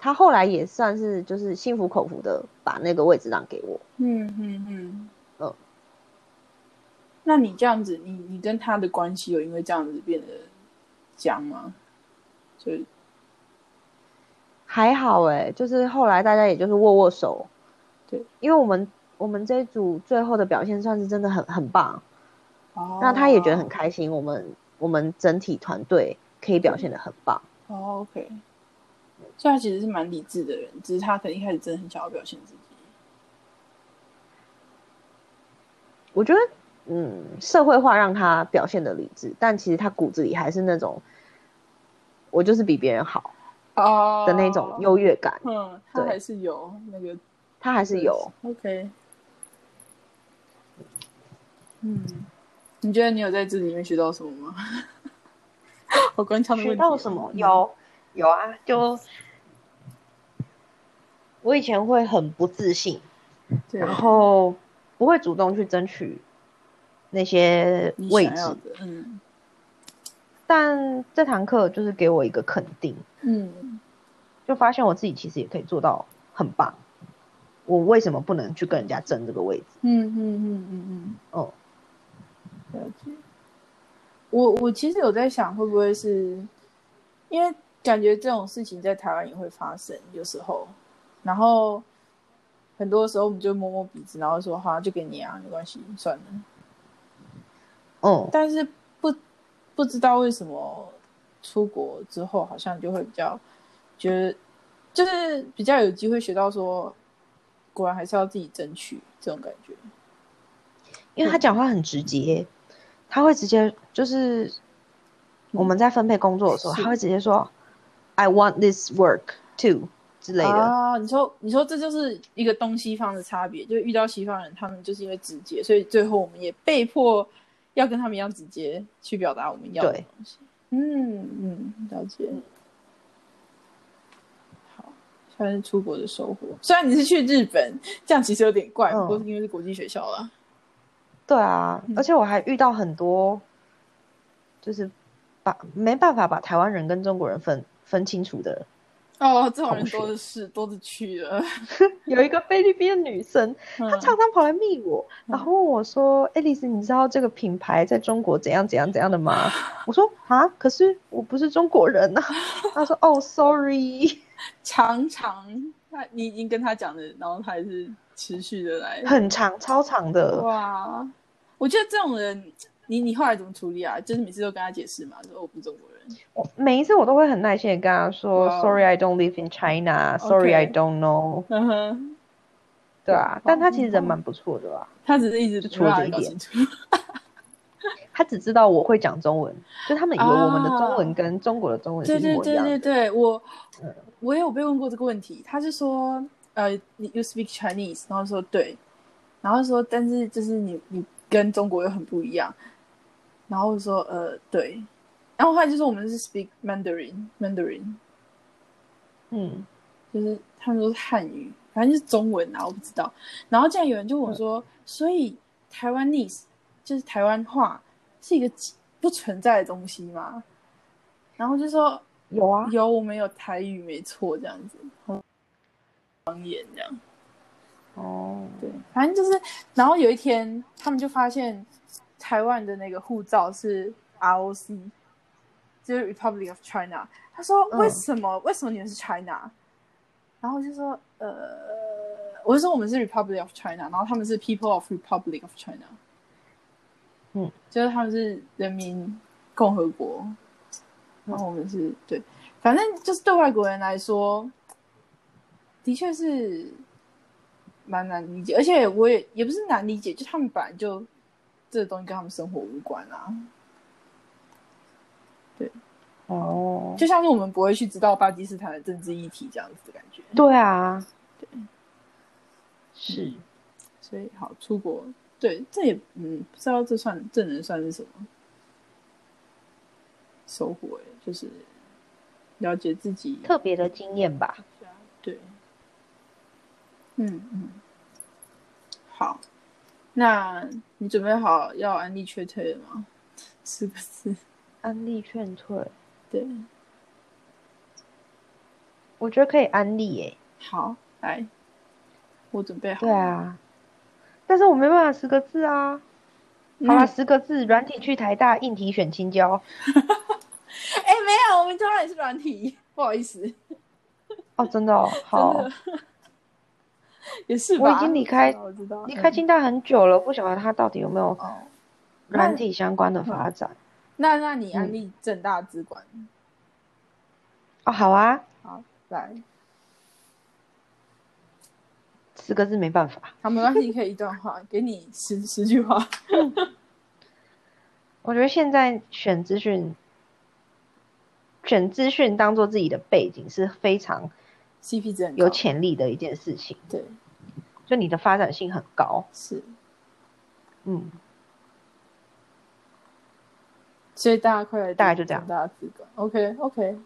他后来也算是就是心服口服的把那个位置让给我，
嗯嗯嗯，
嗯。
那你这样子，你你跟他的关系有因为这样子变得僵吗？就
还好哎、就是后来大家也就是握握手，
对，
因为我们我们这一组最后的表现算是真的很很棒，
哦，
那他也觉得很开心，我们我们整体团队可以表现的很棒，
哦 OK，所以他其实是蛮理智的人，只是他可能一开始真的很想要表现自己。
我觉得嗯，社会化让他表现的理智，但其实他骨子里还是那种我就是比别人好
哦
的那种，优越感，
嗯，他
对
还是有那个
他还是有。
OK。嗯，你觉得你有在这里面学到什么吗？ (laughs) 好官腔的问
学
题。
到什么？有有啊，
嗯
就我以前会很不自信，
嗯对
然后不会主动去争取那些
你
位
想要
置，
的，嗯
但这堂课就是给我一个肯定，
嗯，
就发现我自己其实也可以做到很棒。我为什么不能去跟人家争这个位置？
嗯嗯嗯
哦，
嗯嗯，了解。我我其实有在想，会不会是因为感觉这种事情在台湾也会发生，有时候，然后很多时候我们就摸摸鼻子，然后说好啊，就给你啊，没关系，算了。
哦，
但是不不知道为什么出国之后，好像就会比较觉得，就是比较有机会学到说，果然还是要自己争取这种感觉。
因为他讲话很直接，他会直接就是我们在分配工作的时候，
嗯是
他会直接说 “I want this work too” 之类的。
啊，你说你说这就是一个东西方的差别，就是遇到西方人，他们就是因为直接，所以最后我们也被迫要跟他们一样直接去表达我们要的
对
东西。嗯嗯，了解。好，算是出国的收获。虽然你是去日本，这样其实有点怪，
嗯
不过是因为是国际学校啦。
对啊，
嗯
而且我还遇到很多，就是把没办法把台湾人跟中国人分分清楚的人。
哦，这种人
同学
多的是，多的去了。
(laughs) 有一个菲律宾的女生，
嗯
她常常跑来密我，
嗯
然后问我说：“爱丽丝，你知道这个品牌在中国怎样怎样怎样的吗？”我说：“啊，可是我不是中国人呐、啊她说：“哦，sorry，
常常他你已经跟他讲的，然后他还是持续的来。
很长，超长的。
哇，我觉得这种人，你你后来怎么处理啊？就是每次都跟他解释嘛，说我不是中国人。 (laughs)
我”每一次我都会很耐心的跟她说
哇哦
：“Sorry, I don't live in China. Sorry, I don't know。
嗯哼，”
对啊，但她其实人
嗯
蛮不错的啦。啊
他只是一直
就除了
没
这一
办法搞
点
清楚。
他只知道我会讲中文，就他们以为我们的中
啊
文跟中国的中文
对
是一
对
模一
对
样
对
的。
对，我
嗯
我也有被问过这个问题，他是说呃你，you speak Chinese，然后说对，然后说但是就是你你跟中国又很不一样，然后我说呃对，然后后来就说我们是 speak Mandarin，Mandarin
嗯，
就是他们都是汉语，反正就是中文啊，我不知道。然后竟然有人就问我说，所以台湾 nese 就是台湾话是一个不存在的东西吗？然后就说
有啊，
有，我们有台语，没错，这样子，方言这样，
哦，
嗯对，反正就是。然后有一天，他们就发现台湾的那个护照是 ROC，就是 Republic of China。他说
嗯
为什么？为什么你们是 China？然后我就说呃，我就说我们是 Republic of China，然后他们是 People of Republic of China。
嗯，
就是他们是人民共和国，然后我们是对，反正就是对外国人来说，的确是蛮难理解，而且我也也不是难理解，就他们本来就这个东西跟他们生活无关啊。
哦，
就像是我们不会去知道巴基斯坦的政治议题这样子的感觉。
对啊，是，
所以好，出国对，这也嗯，不知道这算这能算是什么收获欸？就是了解自己嗯
特别的经验吧。
对，嗯嗯，好，那你准备好要安利劝退了吗？是不是？ (laughs)
安利劝退，
对，
我觉得可以安利耶、
好，来，我准备好。
对，啊，但是我没办法十个字啊。好啦，
嗯
十个字，软体去台大，硬体选青椒。嗯
哎、没有，我们教也是软体，不好意思，
哦，真的哦，好
真，的 (laughs) 也是吧。
我已经离开
我知道，
离开
嗯
清大很久了，不晓得它到底有没有
哦。
软体相关的发展。
那那你安
嗯
利正大资管，
哦，好啊，
好，来，
十个字没办法。
好，没关系，你可以一段话，给你十十句话。
我觉得现在选资讯，选资讯当做自己的背景是非常
CP 值很高
有潜力的一件事情，
对，
就你的发展性很高。
是，
嗯，
所以大家快来
大概就这样
正大资管，OK OK，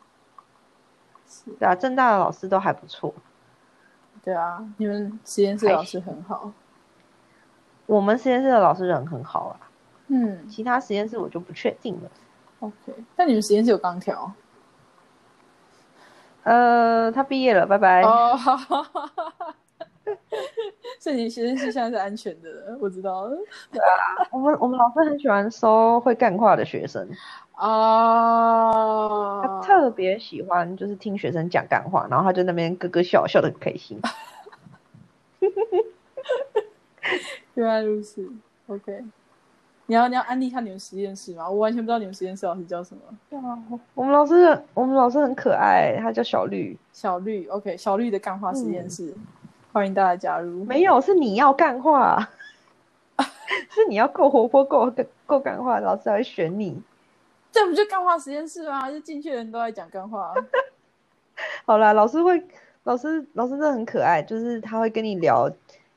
是
对啊，正大的老师都还不错。
对啊，你们实验室
还
老师很好，
我们实验室的老师人很好啦，
嗯
其他实验室我就不确定了。
，OK，但你们实验室有钢条
呃，他毕业了，拜拜。
哦，哈哈哈哈哈 (laughs) 所以你实验室现在是安全的了，我知道了
我们我们老师很喜欢收会干话的学生，他
啊，
特别喜欢就是听学生讲干话，然后他就那边咯咯笑，笑得很开心。
原来如此，OK。你要你要安利一下你们实验室吗？我完全不知道你们实验室老师叫什么。
对啊我们老师我们老师很可爱，他叫小绿。
小绿，OK，小绿的干化实验室，欢迎大家加入。
嗯没有，是你要干话， (laughs) 是你要够活泼、够够干话，老师才会选你。
这不就干话实验室吗？就进去的人都在讲干话。
好啦，老师会，老师老师真的很可爱，就是他会跟你聊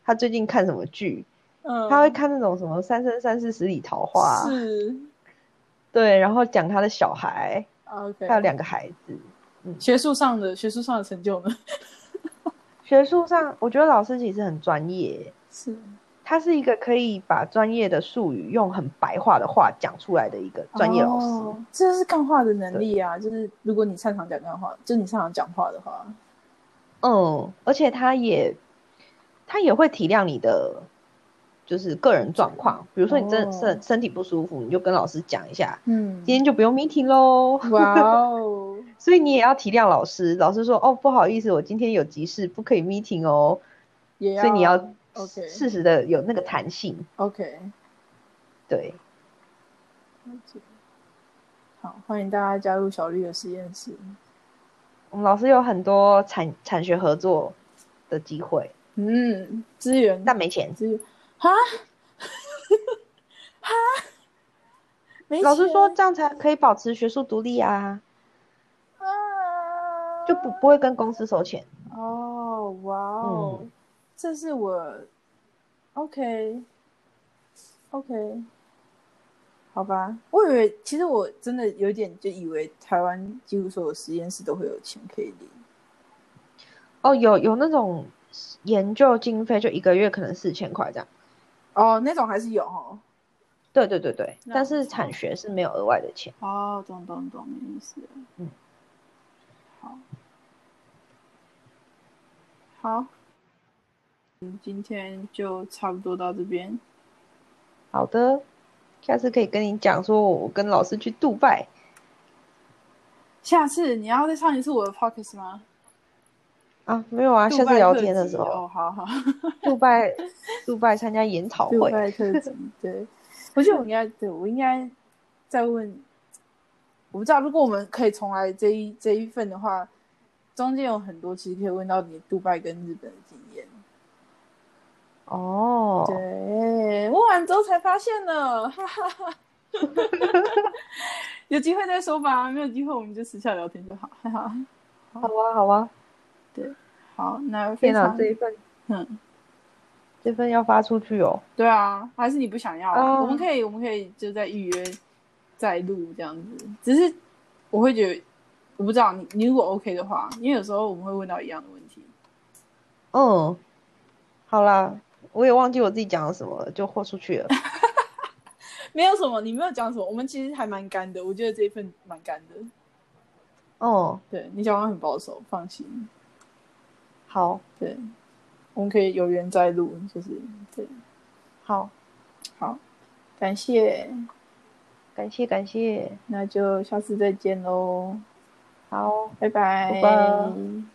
他最近看什么剧，
嗯，
他会看那种什么《三生三世十里桃花》，
是
对，然后讲他的小孩，
OK。
他有两个孩子。
学术上的学术上的成就呢？ (laughs)
学术上，我觉得老师其实很专业，
是
他是一个可以把专业的术语用很白话的话讲出来的一个专业老师。
哦这就是干话的能力啊！就是如果你擅长讲干话，就是你擅长讲话的话，
嗯，而且他也他也会体谅你的，就是个人状况。比如说你真的身、
哦
身体不舒服，你就跟老师讲一下，
嗯
今，天就不用 meeting 喽。
哇哦，
(laughs) 所以你也要体谅老师。老师说：“哦，不好意思，我今天有急事，不可以 meeting 哦。”
也要
(laughs) 所以你要
OK
适时的有那个弹性。
OK，
对，
了解好，欢迎大家加入小绿的实验室。
我们老师有很多产产学合作的机会，
嗯，资源
但没钱。
资源哈 (laughs) 哈，没
老师
钱
说这样才可以保持学术独立啊，
啊，
就不不会跟公司收钱。
哦，哇哦，
嗯
这是我，OK，OK，、好吧。我以为其实我真的有点就以为台湾几乎所有实验室都会有钱可以领，
哦，有有那种研究经费，就一个月可能四千块这样。
哦，那种还是有哦。
对对对对，
那
但是产学是没有额外的钱。
哦，懂懂懂，没意思。
嗯，
好，好，嗯，今天就差不多到这边。
好的，下次可以跟你讲说，我跟老师去杜拜。
下次你要再唱一次我的 Pockets 吗？
啊，没有啊，
杜
下次
拜
聊
特
天的
辑
时候，
哦，好 (laughs) 好，
杜拜，杜拜参加研讨
(laughs) 杜
会，
拜特辑，对，我觉得我应该，对我应该再问，我不知道，如果我们可以重来这一这一份的话，中间有很多其实可以问到你杜拜跟日本的经验。
哦，
对，问完之后才发现呢，哈哈哈。 (laughs) 有机会再说吧，没有机会我们就私下聊天就好，哈哈。
好啊，好啊，
好，那非
天哪，
常
这一份，
嗯，
这份要发出去哦，
对啊，还是你不想要啊、
哦
我们可以，我们可以就再预约再录这样子。只是我会觉得，我不知道你你如果 OK 的话，因为有时候我们会问到一样的问题，
嗯，好啦，我也忘记我自己讲了什么了，就豁出去了。
(laughs) 没有什么，你没有讲什么，我们其实还蛮干的，我觉得这一份蛮干的。
哦，
对你讲话很保守，放心。
好，
对，我们可以有缘再录，就是对，
好，
好，感谢，
感谢感谢，
那就下次再见喽，
好。
拜拜，
拜拜